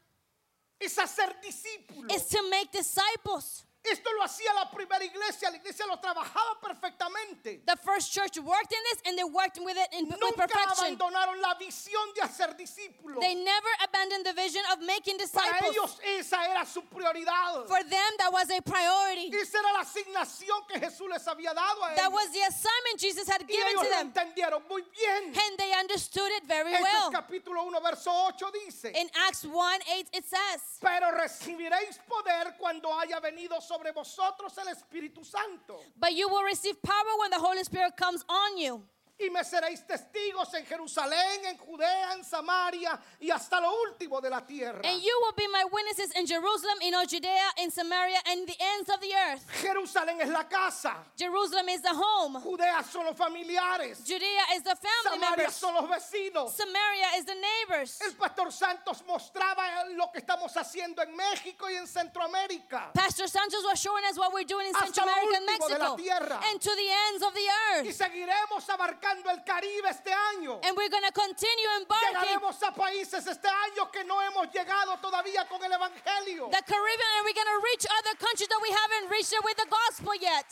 es hacer discípulos.
is to make disciples.
Esto lo hacía la primera iglesia. La iglesia lo trabajaba perfectamente.
The first church worked in this and they worked with it in, with
Nunca
perfection.
abandonaron la visión de hacer discípulos.
They never abandoned the vision of making
Para
disciples.
ellos esa era su prioridad.
For them, that was a priority.
Esa era la asignación que Jesús les había dado a
That
ellos.
was the assignment Jesus had
Y
given
ellos
to
lo
them.
entendieron muy bien.
And they understood it very
Hechos
well. Eh.
capítulo 1 verso 8 dice.
In Acts 1 8, it says,
Pero recibiréis poder cuando haya venido sobre vosotros el Espíritu Santo.
But you will receive power when the Holy Spirit comes on you.
Y me seréis testigos en Jerusalén, en Judea, en Samaria y hasta lo último de la tierra.
And you will be my witnesses in Jerusalem, in all Judea, in Samaria, and the ends of the earth.
Jerusalén es la casa.
Jerusalem is the home.
Judea son los familiares.
Judea is the family
Samaria
members.
son los vecinos.
Samaria is the neighbors.
El pastor Santos mostraba lo que estamos haciendo en México y en Centroamérica.
Pastor Sanchez was showing us what we're doing in
Hasta
Central
lo
America
último
and
de la
Mexico
tierra.
and to the ends of the
Y
earth.
seguiremos abarcando el Caribe este año.
And we're going to continue embarking
Llegaremos a países este año que no hemos llegado todavía con el Evangelio.
the Caribbean and we're going to reach other countries that we haven't reached there with the gospel yet.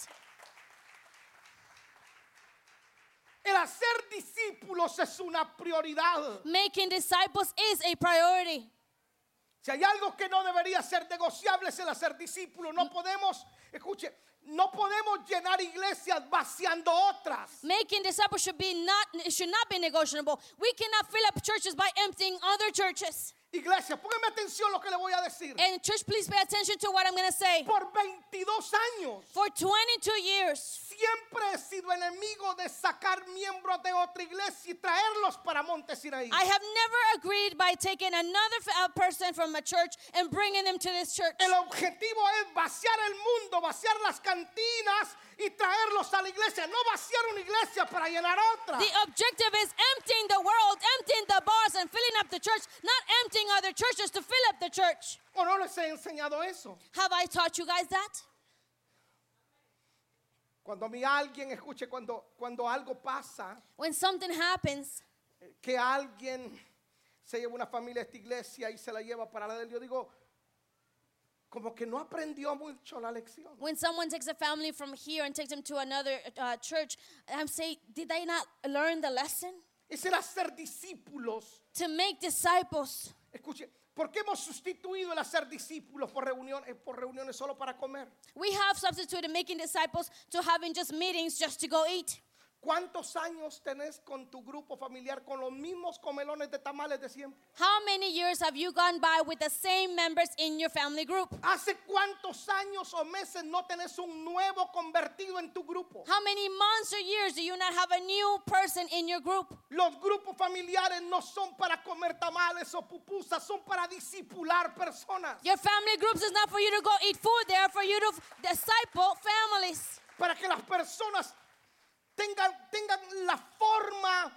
El hacer discípulos es una prioridad.
Making disciples is a priority.
Si hay algo que no debería ser negociable es el hacer discípulos. No podemos, escuche, no podemos llenar iglesias vaciando otras.
Making disciples should be not it should not be negotiable. We cannot fill up churches by emptying other churches.
Iglesias, póngame atención lo que le voy a decir.
And church, please pay attention to what I'm going to say.
Por 22 años
For 22 years,
siempre he sido enemigo de sacar miembros de otra iglesia y traerlos para Montes Sinaí.
I have never agreed by taking another f- uh, person from a church and bringing them to this church.
El objetivo es vaciar el mundo, vaciar las cantinas y traerlos a la iglesia. No vaciar una iglesia para llenar otra.
The objective is emptying the world, emptying the bars, and filling up the church, not emptying other churches to fill up the church.
¿O no les he enseñado eso?
Have I taught you guys that?
Cuando a mí alguien escuche, cuando, cuando algo pasa,
When something happens,
eh, que alguien se lleva una familia a esta iglesia y se la lleva para la del yo digo, como que no aprendió mucho la lección.
when someone takes a family from here and takes them to another uh, church, I'm saying, did they not learn the lesson?
Es el hacer discípulos.
To make disciples.
Escuche, ¿por qué hemos sustituido el hacer discípulos por reuniones, por reuniones solo para comer?
We have substituted making disciples to having just meetings just to go eat.
¿Cuántos años tenés con tu grupo familiar con los mismos comelones de tamales de siempre?
How many years have you gone by with the same members in your family group?
¿Hace cuántos años o meses no tenés un nuevo convertido en tu grupo?
How many months or years do you not have a new person in your group?
Los grupos familiares no son para comer tamales o pupusas, son para discipular personas,
Your family groups is not for you to go eat food, they are for you to f- disciple families.
para que las personas tengan, tengan la forma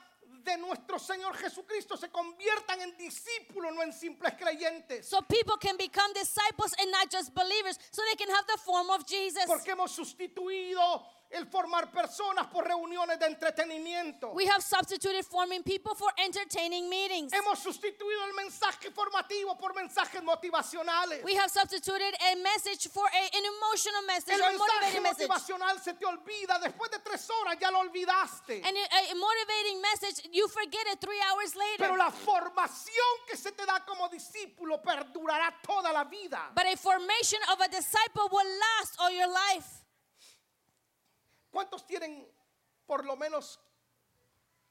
de nuestro Señor Jesucristo, se conviertan en discípulos, no en simples creyentes.
So people can become disciples and not just believers, so they can have the form of Jesus.
Porque hemos sustituido el formar personas por reuniones de entretenimiento.
We have substituted forming people for entertaining meetings.
Hemos sustituido el mensaje formativo por mensajes motivacionales.
We have substituted a message for a, an emotional message
El
or a
mensaje
motivating message.
motivacional se te olvida. Después de tres horas ya lo olvidaste.
And a, a motivating message, you forget it three hours
Pero
later.
la formación que se te da como discípulo perdurará toda la vida.
But a formation of a disciple will last all your life.
¿Cuántos tienen por lo menos,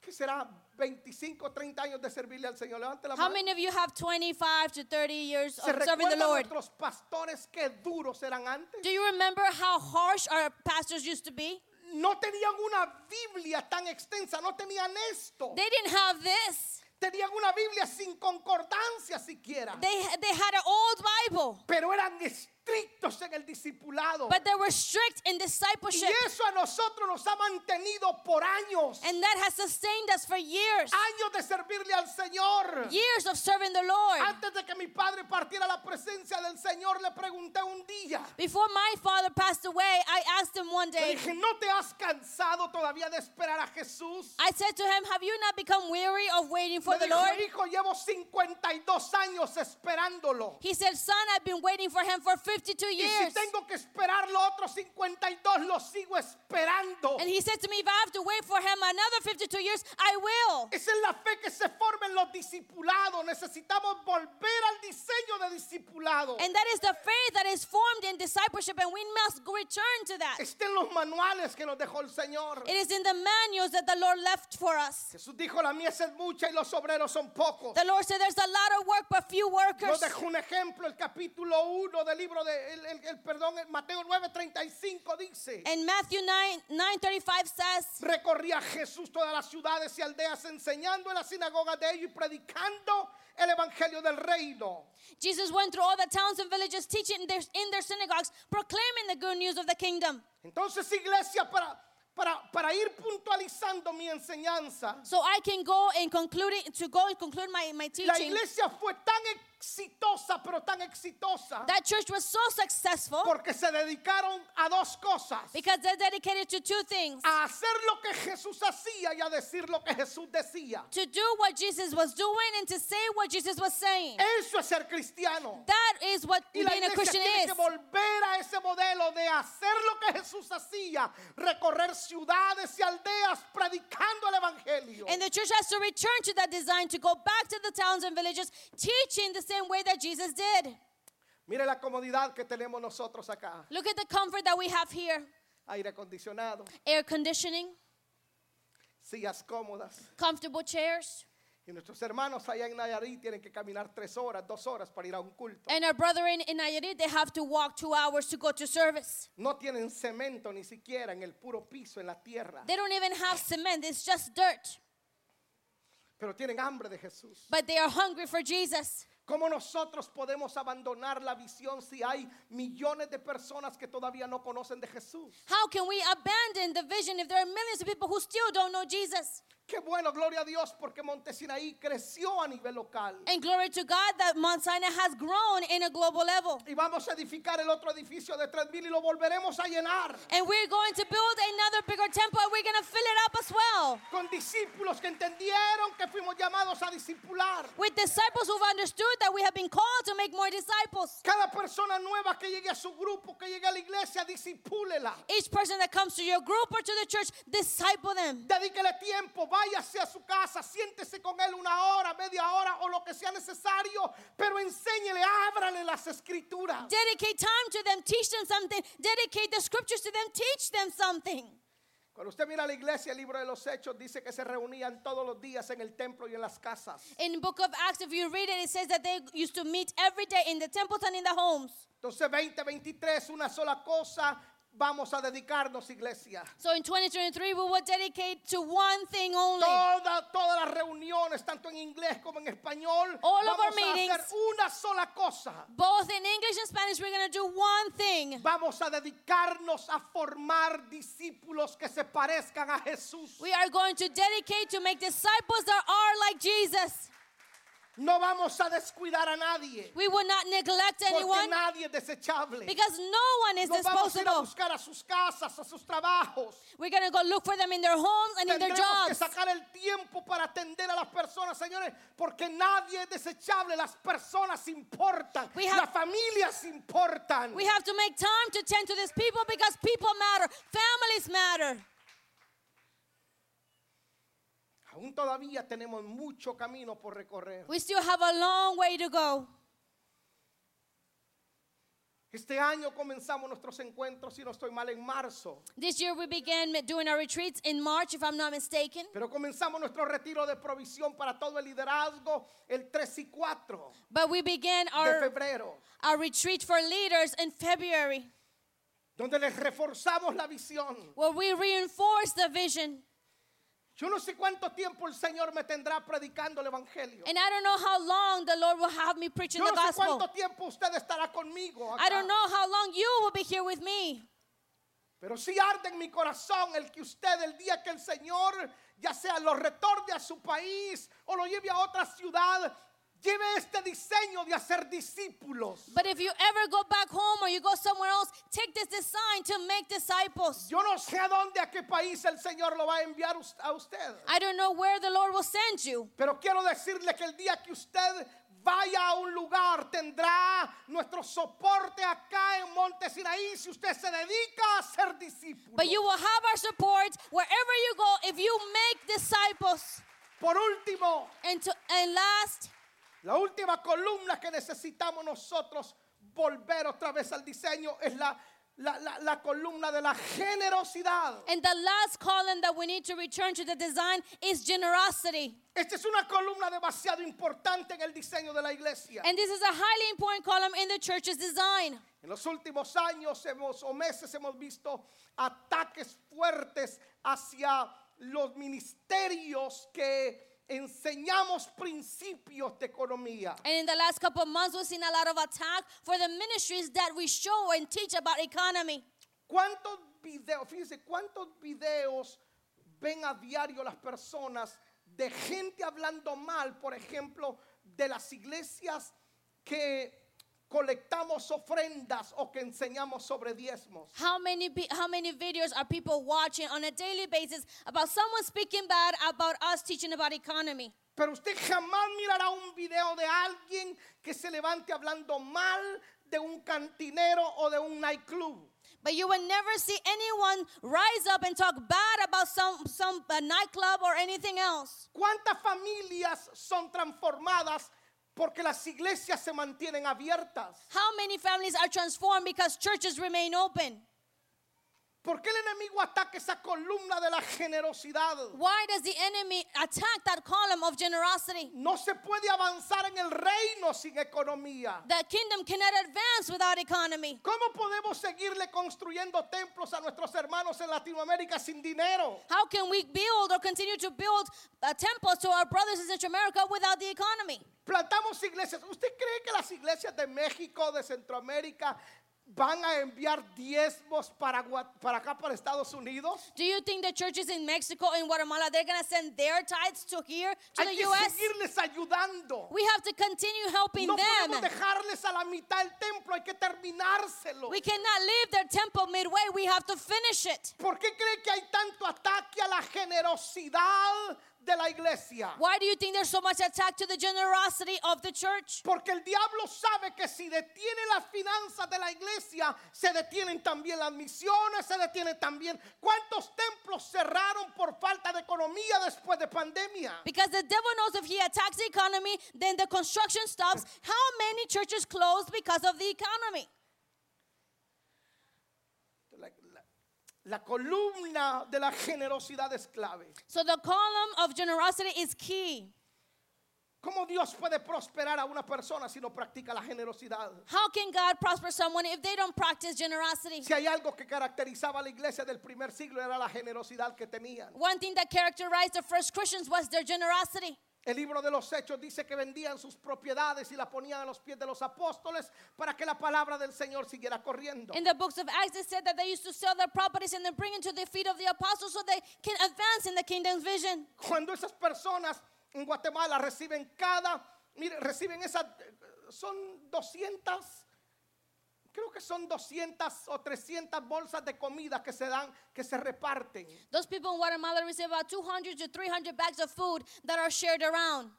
qué será, 25 o 30 años de servirle al Señor? Levante la
How
mano.
many of you have 25 to 30 years
¿Se
of serving the
recuerdan
Lord?
nuestros pastores qué duros eran antes?
Do you remember how harsh our pastors used to be?
no tenían una Biblia tan extensa, no tenían esto.
They didn't have this.
tenían una Biblia sin concordancia siquiera.
They they had an old Bible,
pero eran estrictos en el discipulado.
but they were strict in
y
discipleship,
eso a nosotros nos ha mantenido por años.
and that has sustained us for years.
años de servirle al Señor.
Years of serving the Lord.
Antes de que mi padre partiera a la presen- presencia del Señor le pregunté un día.
Before my father passed away, I asked him one
Le
day,
dije, ¿no te has cansado todavía de esperar a Jesús?
I said to him, Have you not become weary of waiting for
Me
the
dijo,
Lord?
hijo, llevo 52 años esperándolo.
He said, Son, I've been waiting for him for 52
Y si
years.
tengo que esperar los otros 52, los sigo esperando.
And he said to me, If I have to wait for him another 52 years, I will.
Esa es la fe que se forma en los discipulados. Necesitamos volver al diseño de discipulado.
And that is the faith that is formed in discipleship, and we must go return to that.
Está en los manuales que nos dejó el Señor.
It is in the manuals that the Lord left for us.
Jesús dijo, la mies es mucha y los obreros son pocos.
The Lord said, There's a lot of work, but few
Nos
workers.
dejó un ejemplo, el capítulo 1 del libro de, el, el- el- perdón, el Mateo 9:35 dice,
And Matthew 9 935 says,
recorría Jesús todas las ciudades y aldeas enseñando en las sinagogas de ellos y predicando el evangelio del reino.
Jesus went through all the towns and villages, teaching in their, in their synagogues, proclaiming the good news of the kingdom.
Entonces, iglesia, para, para, para ir puntualizando mi enseñanza,
So I can go and conclude it, to go and conclude my, my
la
teaching.
iglesia fue tan exitosa, pero tan exitosa,
That church was so successful
porque se dedicaron a dos cosas.
because they dedicated to two things.
A hacer lo que Jesús hacía y a decir lo que Jesús decía.
To do what Jesus was doing and to say what Jesus was saying.
Eso es ser cristiano.
That is what
Eh. Y la
being a
iglesia
Christian
tiene
is.
que volver a ese modelo de hacer lo que Jesús hacía, recorrer ciudades y aldeas predicando el evangelio.
And the church has to return to that design to go back to the towns and villages, teaching the same way that Jesus did.
Mire la comodidad que tenemos nosotros acá.
Look at the comfort that we have here
Aire acondicionado,
air conditioning,
sillas cómodas.
comfortable chairs.
Y nuestros hermanos allá en Nayarit tienen que caminar tres horas, dos horas para ir a un culto.
And our brethren in Nayarit, they have to walk two hours to go to service.
No tienen cemento ni siquiera en el puro piso, en la tierra.
They don't even have cement, it's just dirt.
Pero tienen hambre de Jesús.
But they are hungry for Jesus.
¿Cómo nosotros podemos abandonar la visión si hay millones de personas que todavía no conocen de Jesús?
How can we abandon the vision if there are millions of people who still don't know Jesus?
Qué bueno, gloria a Dios, porque Montesinaí creció a nivel local.
And glory to God that Mount Sinai has grown in a global level.
Y vamos a edificar el otro edificio de 3000 y lo volveremos a llenar
And we're going to build another bigger temple and we're going to fill it up as well
con discípulos que entendieron que fuimos llamados a discipular.
with disciples who've understood that we have been called to make more disciples.
Cada persona nueva que llegue a su grupo, que llegue a la iglesia, disipúlela.
Each person that comes to your group or to the church, disciple them.
Dedíquele tiempo, váyase a su casa, siéntese con él una hora, media hora o lo que sea necesario, pero enséñele, ábrale las escrituras.
Dedicate time to them, teach them something. Dedicate the scriptures to them, teach them something.
Cuando usted mira la iglesia, el libro de los Hechos dice que se reunían todos los días en el templo y en las casas.
In the book of Acts, if you read it, it says that they used to meet every day in the temples and in the homes.
Entonces 20, 23, una sola cosa, vamos a dedicarnos iglesia.
So in 2023, we will dedicate to one thing only.
Toda- todas las reuniones, tanto en inglés como en español,
All of
vamos
our
a hacer
meetings.
una sola cosa.
Both in English and Spanish, we're going to do one thing.
Vamos a dedicarnos a formar discípulos que se parezcan a Jesús.
We are going to dedicate to make disciples that are like Jesus.
No vamos a descuidar a nadie.
We will not neglect
Porque
anyone
nadie es desechable.
because no one is
Nos vamos a ir a
disposable.
buscar a sus casas, a sus trabajos.
We're going to go look for them in their homes and in their
Tendremos que
jobs.
sacar el tiempo para atender a las personas, señores, porque nadie es desechable. Las personas importan,
We have-
las familias importan.
We have to make time to tend to these people because people matter, families matter.
Aún todavía tenemos mucho camino por recorrer.
We still have a long way to go.
Este año comenzamos nuestros encuentros, si no estoy mal, en marzo.
This year we began doing our retreats in March, if I'm not mistaken.
Pero comenzamos nuestro retiro de provisión para todo el liderazgo el 3 y 4
But we began
de
our,
febrero,
our retreat for leaders in February,
donde les reforzamos la visión.
where we reinforced the vision.
Yo no sé cuánto tiempo el Señor me tendrá predicando el Evangelio.
And I don't know how long the Lord will have me preaching
Yo
the
no sé
gospel.
cuánto tiempo usted estará conmigo. acá.
I don't know how long you will be here with me.
Pero sí arde en mi corazón el que usted el día que el Señor ya sea lo retorne a su país o lo lleve a otra ciudad, Tiene este diseño de hacer discípulos.
But if you ever go back home or you go somewhere else, take this design to make disciples.
Yo no sé a dónde, a qué país el Señor lo va a enviar us- a usted.
I don't know where the Lord will send you,
Pero quiero decirle que el día que usted vaya a un lugar tendrá nuestro soporte acá en Monte Sinaí si usted se dedica a ser discípulo.
but you will have our support wherever you go if you make disciples.
Por último,
And, to, and last,
la última columna que necesitamos nosotros volver otra vez al diseño es la, la, la- la columna de la generosidad.
and the last column that we need to return to the design is generosity.
Esta es una columna demasiado importante en el diseño de la iglesia.
And this is a highly important column in the church's design.
En los últimos años hemos, o meses hemos visto ataques fuertes hacia los ministerios que enseñamos principios de economía.
And in the last couple of months, we've seen a lot of attack for the ministries that we show and teach about economy.
¿Cuántos videos, fíjense, cuántos videos ven a diario las personas de gente hablando mal, por ejemplo, de las iglesias que colectamos ofrendas o que enseñamos sobre diezmos?
How many pe- how many videos are people watching on a daily basis about someone speaking bad about us teaching about economy?
Pero usted jamás mirará un video de alguien que se levante hablando mal de un cantinero o de un nightclub.
But you will never see anyone rise up and talk bad about some some uh, nightclub or anything else.
¿Cuántas familias son transformadas porque las iglesias se mantienen abiertas?
How many families are transformed because churches remain open?
¿Por qué el enemigo ataca esa columna de la generosidad?
Why does the enemy attack that column of generosity?
No se puede avanzar en el reino sin economía.
The kingdom cannot advance without economy.
¿Cómo podemos seguirle construyendo templos a nuestros hermanos en Latinoamérica sin dinero?
How can we build or continue to build uh, temples to our brothers in Central America without the economy?
Plantamos iglesias. ¿Usted cree que las iglesias de México, de Centroamérica, van a enviar diezmos para, Gua- para acá, para Estados Unidos?
Do you think the churches in Mexico and Guatemala they're gonna send their tithes to here to
Hay
the
que
U.S.?
seguirles ayudando.
We have to continue helping
No podemos
them.
dejarles a la mitad el templo, hay que terminárselo.
We cannot leave their temple midway. We have to finish it.
¿Por qué cree que hay tanto ataque a la generosidad de la iglesia?
Why do you think there's so much attack to the generosity of the church?
Porque el diablo sabe que si detiene las finanzas de la iglesia, se detienen también las misiones, se detienen también. ¿Cuántos templos cerraron por falta de economía después de pandemia?
Because the devil knows if he attacks the economy, then the construction stops. How many churches closed because of the economy?
La, la- la columna de la generosidad es clave.
So the column of generosity is key.
¿Cómo Dios puede prosperar a una persona si no practica la generosidad?
How can God prosper someone if they don't practice generosity?
Si hay algo que caracterizaba a la iglesia del primer siglo era la generosidad que tenían.
One thing that characterized the first Christians was their generosity.
El libro de los Hechos dice que vendían sus propiedades y la ponían a los pies de los apóstoles para que la palabra del Señor siguiera corriendo.
In the books of Acts, it said that they used to sell their properties and then bring it to the feet of the apostles so they can advance in the kingdom's vision.
Cuando esas personas en Guatemala reciben cada, mire, reciben esas, eh, son 200, creo que son 200 o 300 bolsas de comida que se dan, que se reparten.
Those people in Guatemala receive about 200 to 300 bags of food that are shared around.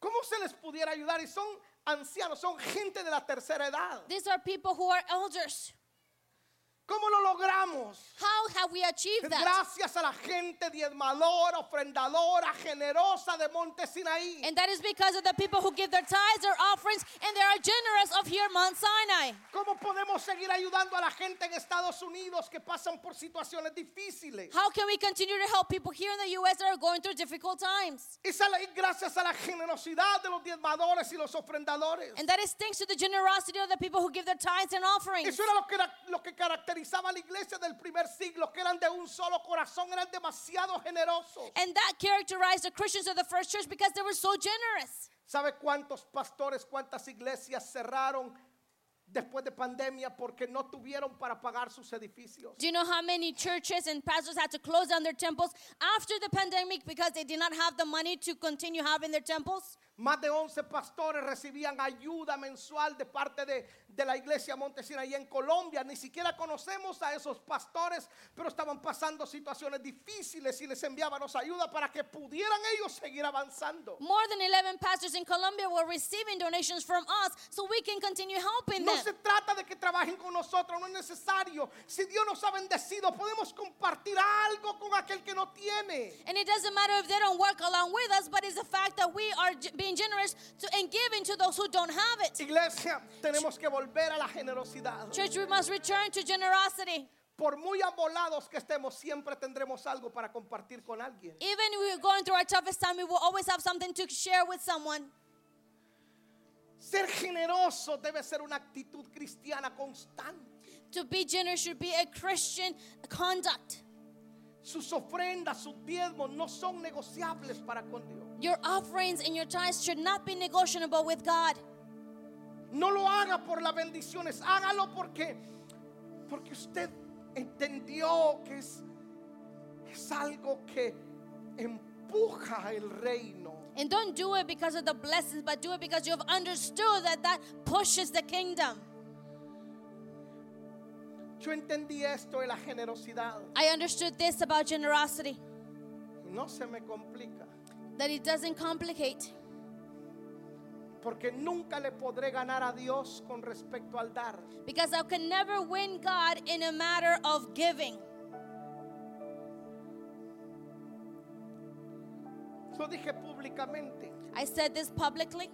¿Cómo se les pudiera ayudar? Y son ancianos, son gente de la tercera edad.
These are people who are elders.
¿Cómo lo logramos?
How have we achieved that?
Gracias a la gente diezmadora, ofrendadora, generosa de Monte Sinaí.
And that is because of the people who give their tithes, their offerings, and they are generous of here Mount Sinai.
¿Cómo podemos seguir ayudando a la gente en Estados Unidos que pasan por situaciones difíciles?
How can we continue to help people here in the U.S. that are going through difficult times?
Es a la- es gracias a la generosidad de los diezmadores y los ofrendadores.
And that is thanks to the generosity of the people who give their tithes and offerings.
Eso era lo que, era- lo que caracterizaba a la iglesia del primer siglo, que eran de un solo corazón, eran demasiado generosos.
And that characterized the Christians of the first church because they were so generous.
¿Sabe cuántos pastores, cuántas iglesias cerraron después de pandemia porque no tuvieron para pagar sus edificios.
Do you know how many churches and pastors had to close down their temples after the pandemic because they did not have the money to continue having their temples?
Más de 11 pastores recibían ayuda mensual de parte de, de la iglesia Montesina y en Colombia. Ni siquiera conocemos a esos pastores, pero estaban pasando situaciones difíciles y les enviábamos ayuda para que pudieran ellos seguir avanzando.
More than 11 pastors in Colombia were receiving donations from us so we can continue helping
No
them.
se trata de que trabajen con nosotros, no es necesario. Si Dios nos ha bendecido, podemos compartir algo con aquel que no tiene.
And it doesn't matter if they don't work along with us, but it's the fact that we are ge- being generous to, and giving to those who don't have it.
Iglesia, tenemos que volver a la generosidad.
Church, we must return to generosity.
Por muy amolados que estemos, siempre tendremos algo para compartir con alguien.
Even if we're going through our toughest time, we will always have something to share with someone.
Ser generoso debe ser una actitud cristiana constante.
To be generous should be a Christian conduct.
Sus ofrendas, sus diezmos no son negociables para con Dios.
Your offerings and your tithes should not be negotiable with God.
No lo haga por las bendiciones, hágalo porque porque usted entendió que es es algo que empuja el reino.
And don't do it because of the blessings, but do it because you have understood that that pushes the kingdom.
Yo entendí esto de la generosidad
I understood this about generosity
y no se me complica,
that it doesn't complicate.
porque nunca le podré ganar a Dios con respecto al dar.
Because I can never win God in a matter of giving.
Lo dije públicamente.
I said this publicly.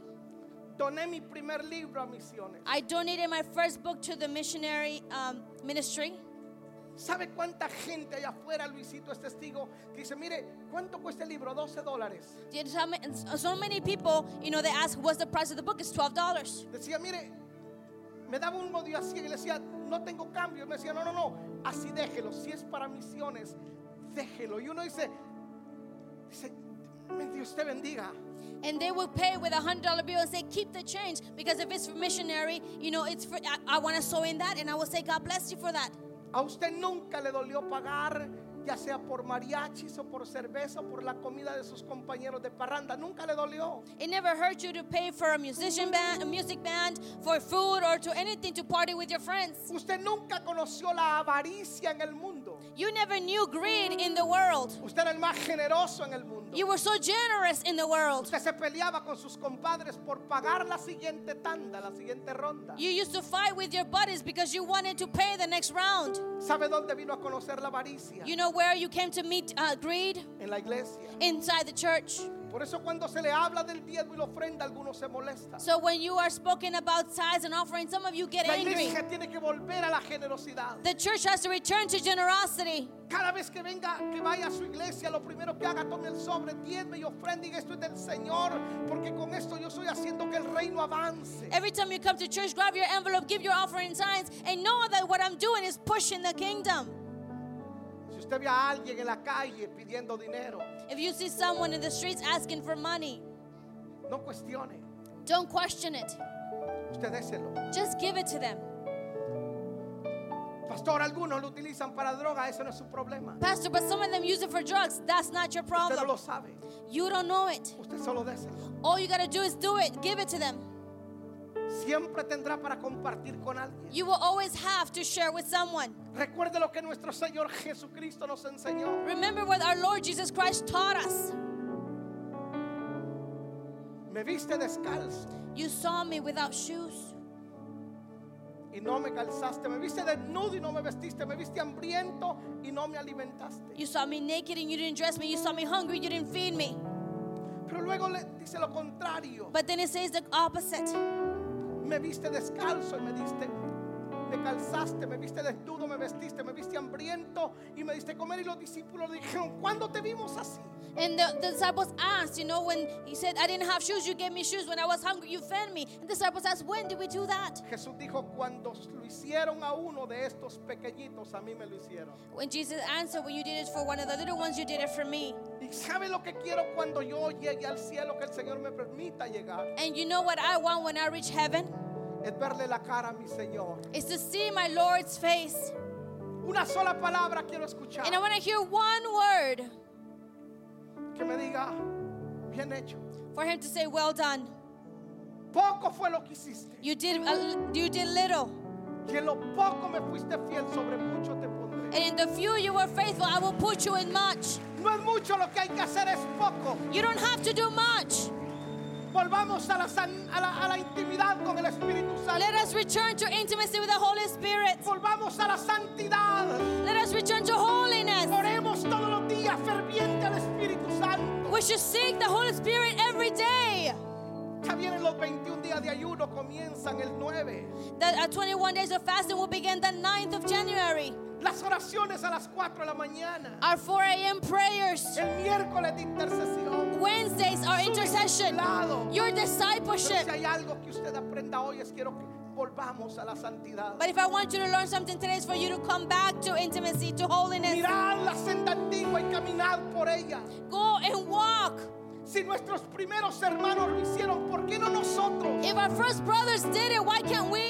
Doné mi primer libro a misiones.
I donated my first book to the missionary um, ministry.
¿Sabe cuánta gente allá afuera, Luisito es testigo, que dice, mire, ¿cuánto cuesta el libro? 12 dólares.
Did some- So many people, you know, they ask, what's the price of the book? It's $12.
Decía, mire, me daba un modio así y le decía, no tengo cambio. Y me decía, no, no, no, así déjelo. Si es para misiones, déjelo. Y uno dice, dice Dios te bendiga.
And they will pay with a hundred dollar bill and say, "Keep the change," because if it's for missionary, you know, it's for. I, I want to sow in that, and I will say, "God bless you for that."
A usted nunca le dolió pagar, ya sea por mariachis o por cerveza o por la comida de sus compañeros de parranda. Nunca le dolió.
It never hurt you to pay for a musician band, a music band, for food, or to anything to party with your friends.
Usted nunca conoció la avaricia en el mundo.
You never knew greed in the world.
Usted era el más generoso en el mundo.
You were so generous in the world.
Usted se peleaba con sus compadres por pagar la siguiente tanda, la siguiente ronda.
You used to fight with your buddies because you wanted to pay the next round.
¿Sabe dónde vino a conocer la avaricia?
You know where you came to meet uh, greed?
En la iglesia.
Inside the church.
Por eso cuando se le habla del diezmo y la ofrenda, algunos se molestan.
So when you are spoken about tithes and offerings, some of you get
La
angry.
iglesia tiene que volver a la generosidad.
The church has to return to generosity.
Cada vez que venga, que vaya a su iglesia, lo primero que haga, tome el sobre, diezme y ofrenda y esto es del Señor, porque con esto yo estoy haciendo que el reino avance.
Every time you come to church, grab your envelope, give your offering signs, and know that what I'm doing is pushing the kingdom.
Si usted ve a alguien en la calle pidiendo dinero,
If you see someone in the streets asking for money,
no cuestione,
don't question it.
usted déselo.
Just give it to them.
Pastor, algunos lo utilizan para droga, ese no es su problema.
Pastor, but some of them use it for drugs. That's not your
Usted no
problem.
lo sabe,
You don't know it.
usted solo déselo.
All you got to do is do it. Give it to them.
Siempre tendrá para compartir con alguien.
You will always have to share with someone.
Recuerde lo que nuestro Señor Jesucristo nos enseñó.
Remember what our Lord Jesus Christ taught us.
Me viste descalzo
You saw me without shoes.
y no me calzaste. Me viste desnudo y no me vestiste. Me viste hambriento y no me alimentaste.
You saw me naked and you didn't dress me. You saw me hungry, you didn't feed me.
Pero luego le dice lo contrario.
But then it says the opposite.
Me viste descalzo y me diste, me calzaste, me viste desnudo, me vestiste, me viste hambriento y me diste comer. Y los discípulos le dijeron, ¿cuándo te vimos así?
And the, the disciples asked, you know, when he said, I didn't have shoes, you gave me shoes. When I was hungry, you fed me. And the disciples asked, When did we do that?
Jesús dijo, cuando lo hicieron a uno de estos pequeñitos, a mí me lo hicieron.
When Jesus answered, When you did it for one of the little ones, you did it for me.
Y sabe lo que quiero cuando yo llegue al cielo, que el Señor me permita llegar.
And you know what I want when I reach heaven?
es verle la cara a mi Señor.
is to see my Lord's face.
Una sola palabra quiero escuchar
And I want to hear one word
que me diga, bien hecho.
for him to say, Well done.
Poco fue lo que hiciste
You did, a, you did little.
y en lo poco me fuiste fiel, sobre mucho te pondré.
And in the few you were faithful, I will put you in much.
No es mucho lo que hay que hacer, es poco.
You don't have to do much.
Volvamos a la, san- a la- a la intimidad con el Espíritu
Let
Santo.
us return to intimacy with the Holy Spirit.
Volvamos a la santidad.
Let us return to holiness.
Oremos todos los días ferviente al Espíritu Santo.
We should seek the Holy Spirit every day.
Ya vienen los 21 días de ayuno, comienzan el 9.
That our 21 uh, days of fasting will begin the 9th of January.
Las oraciones a las 4 de la mañana.
Our 4 a.m. prayers.
El miércoles de intercesión.
Wednesdays, our
Su
intercession.
discipulado.
Your
Pero si
discipleship.
hay algo que usted aprenda hoy es quiero que volvamos a la santidad.
But if I want you to learn something today, it's for you to come back to intimacy, to holiness.
Mirad la senda antigua y caminad por ella.
Go and walk.
Si nuestros primeros hermanos lo hicieron, ¿por qué no nosotros?
If our first brothers did it, why can't we?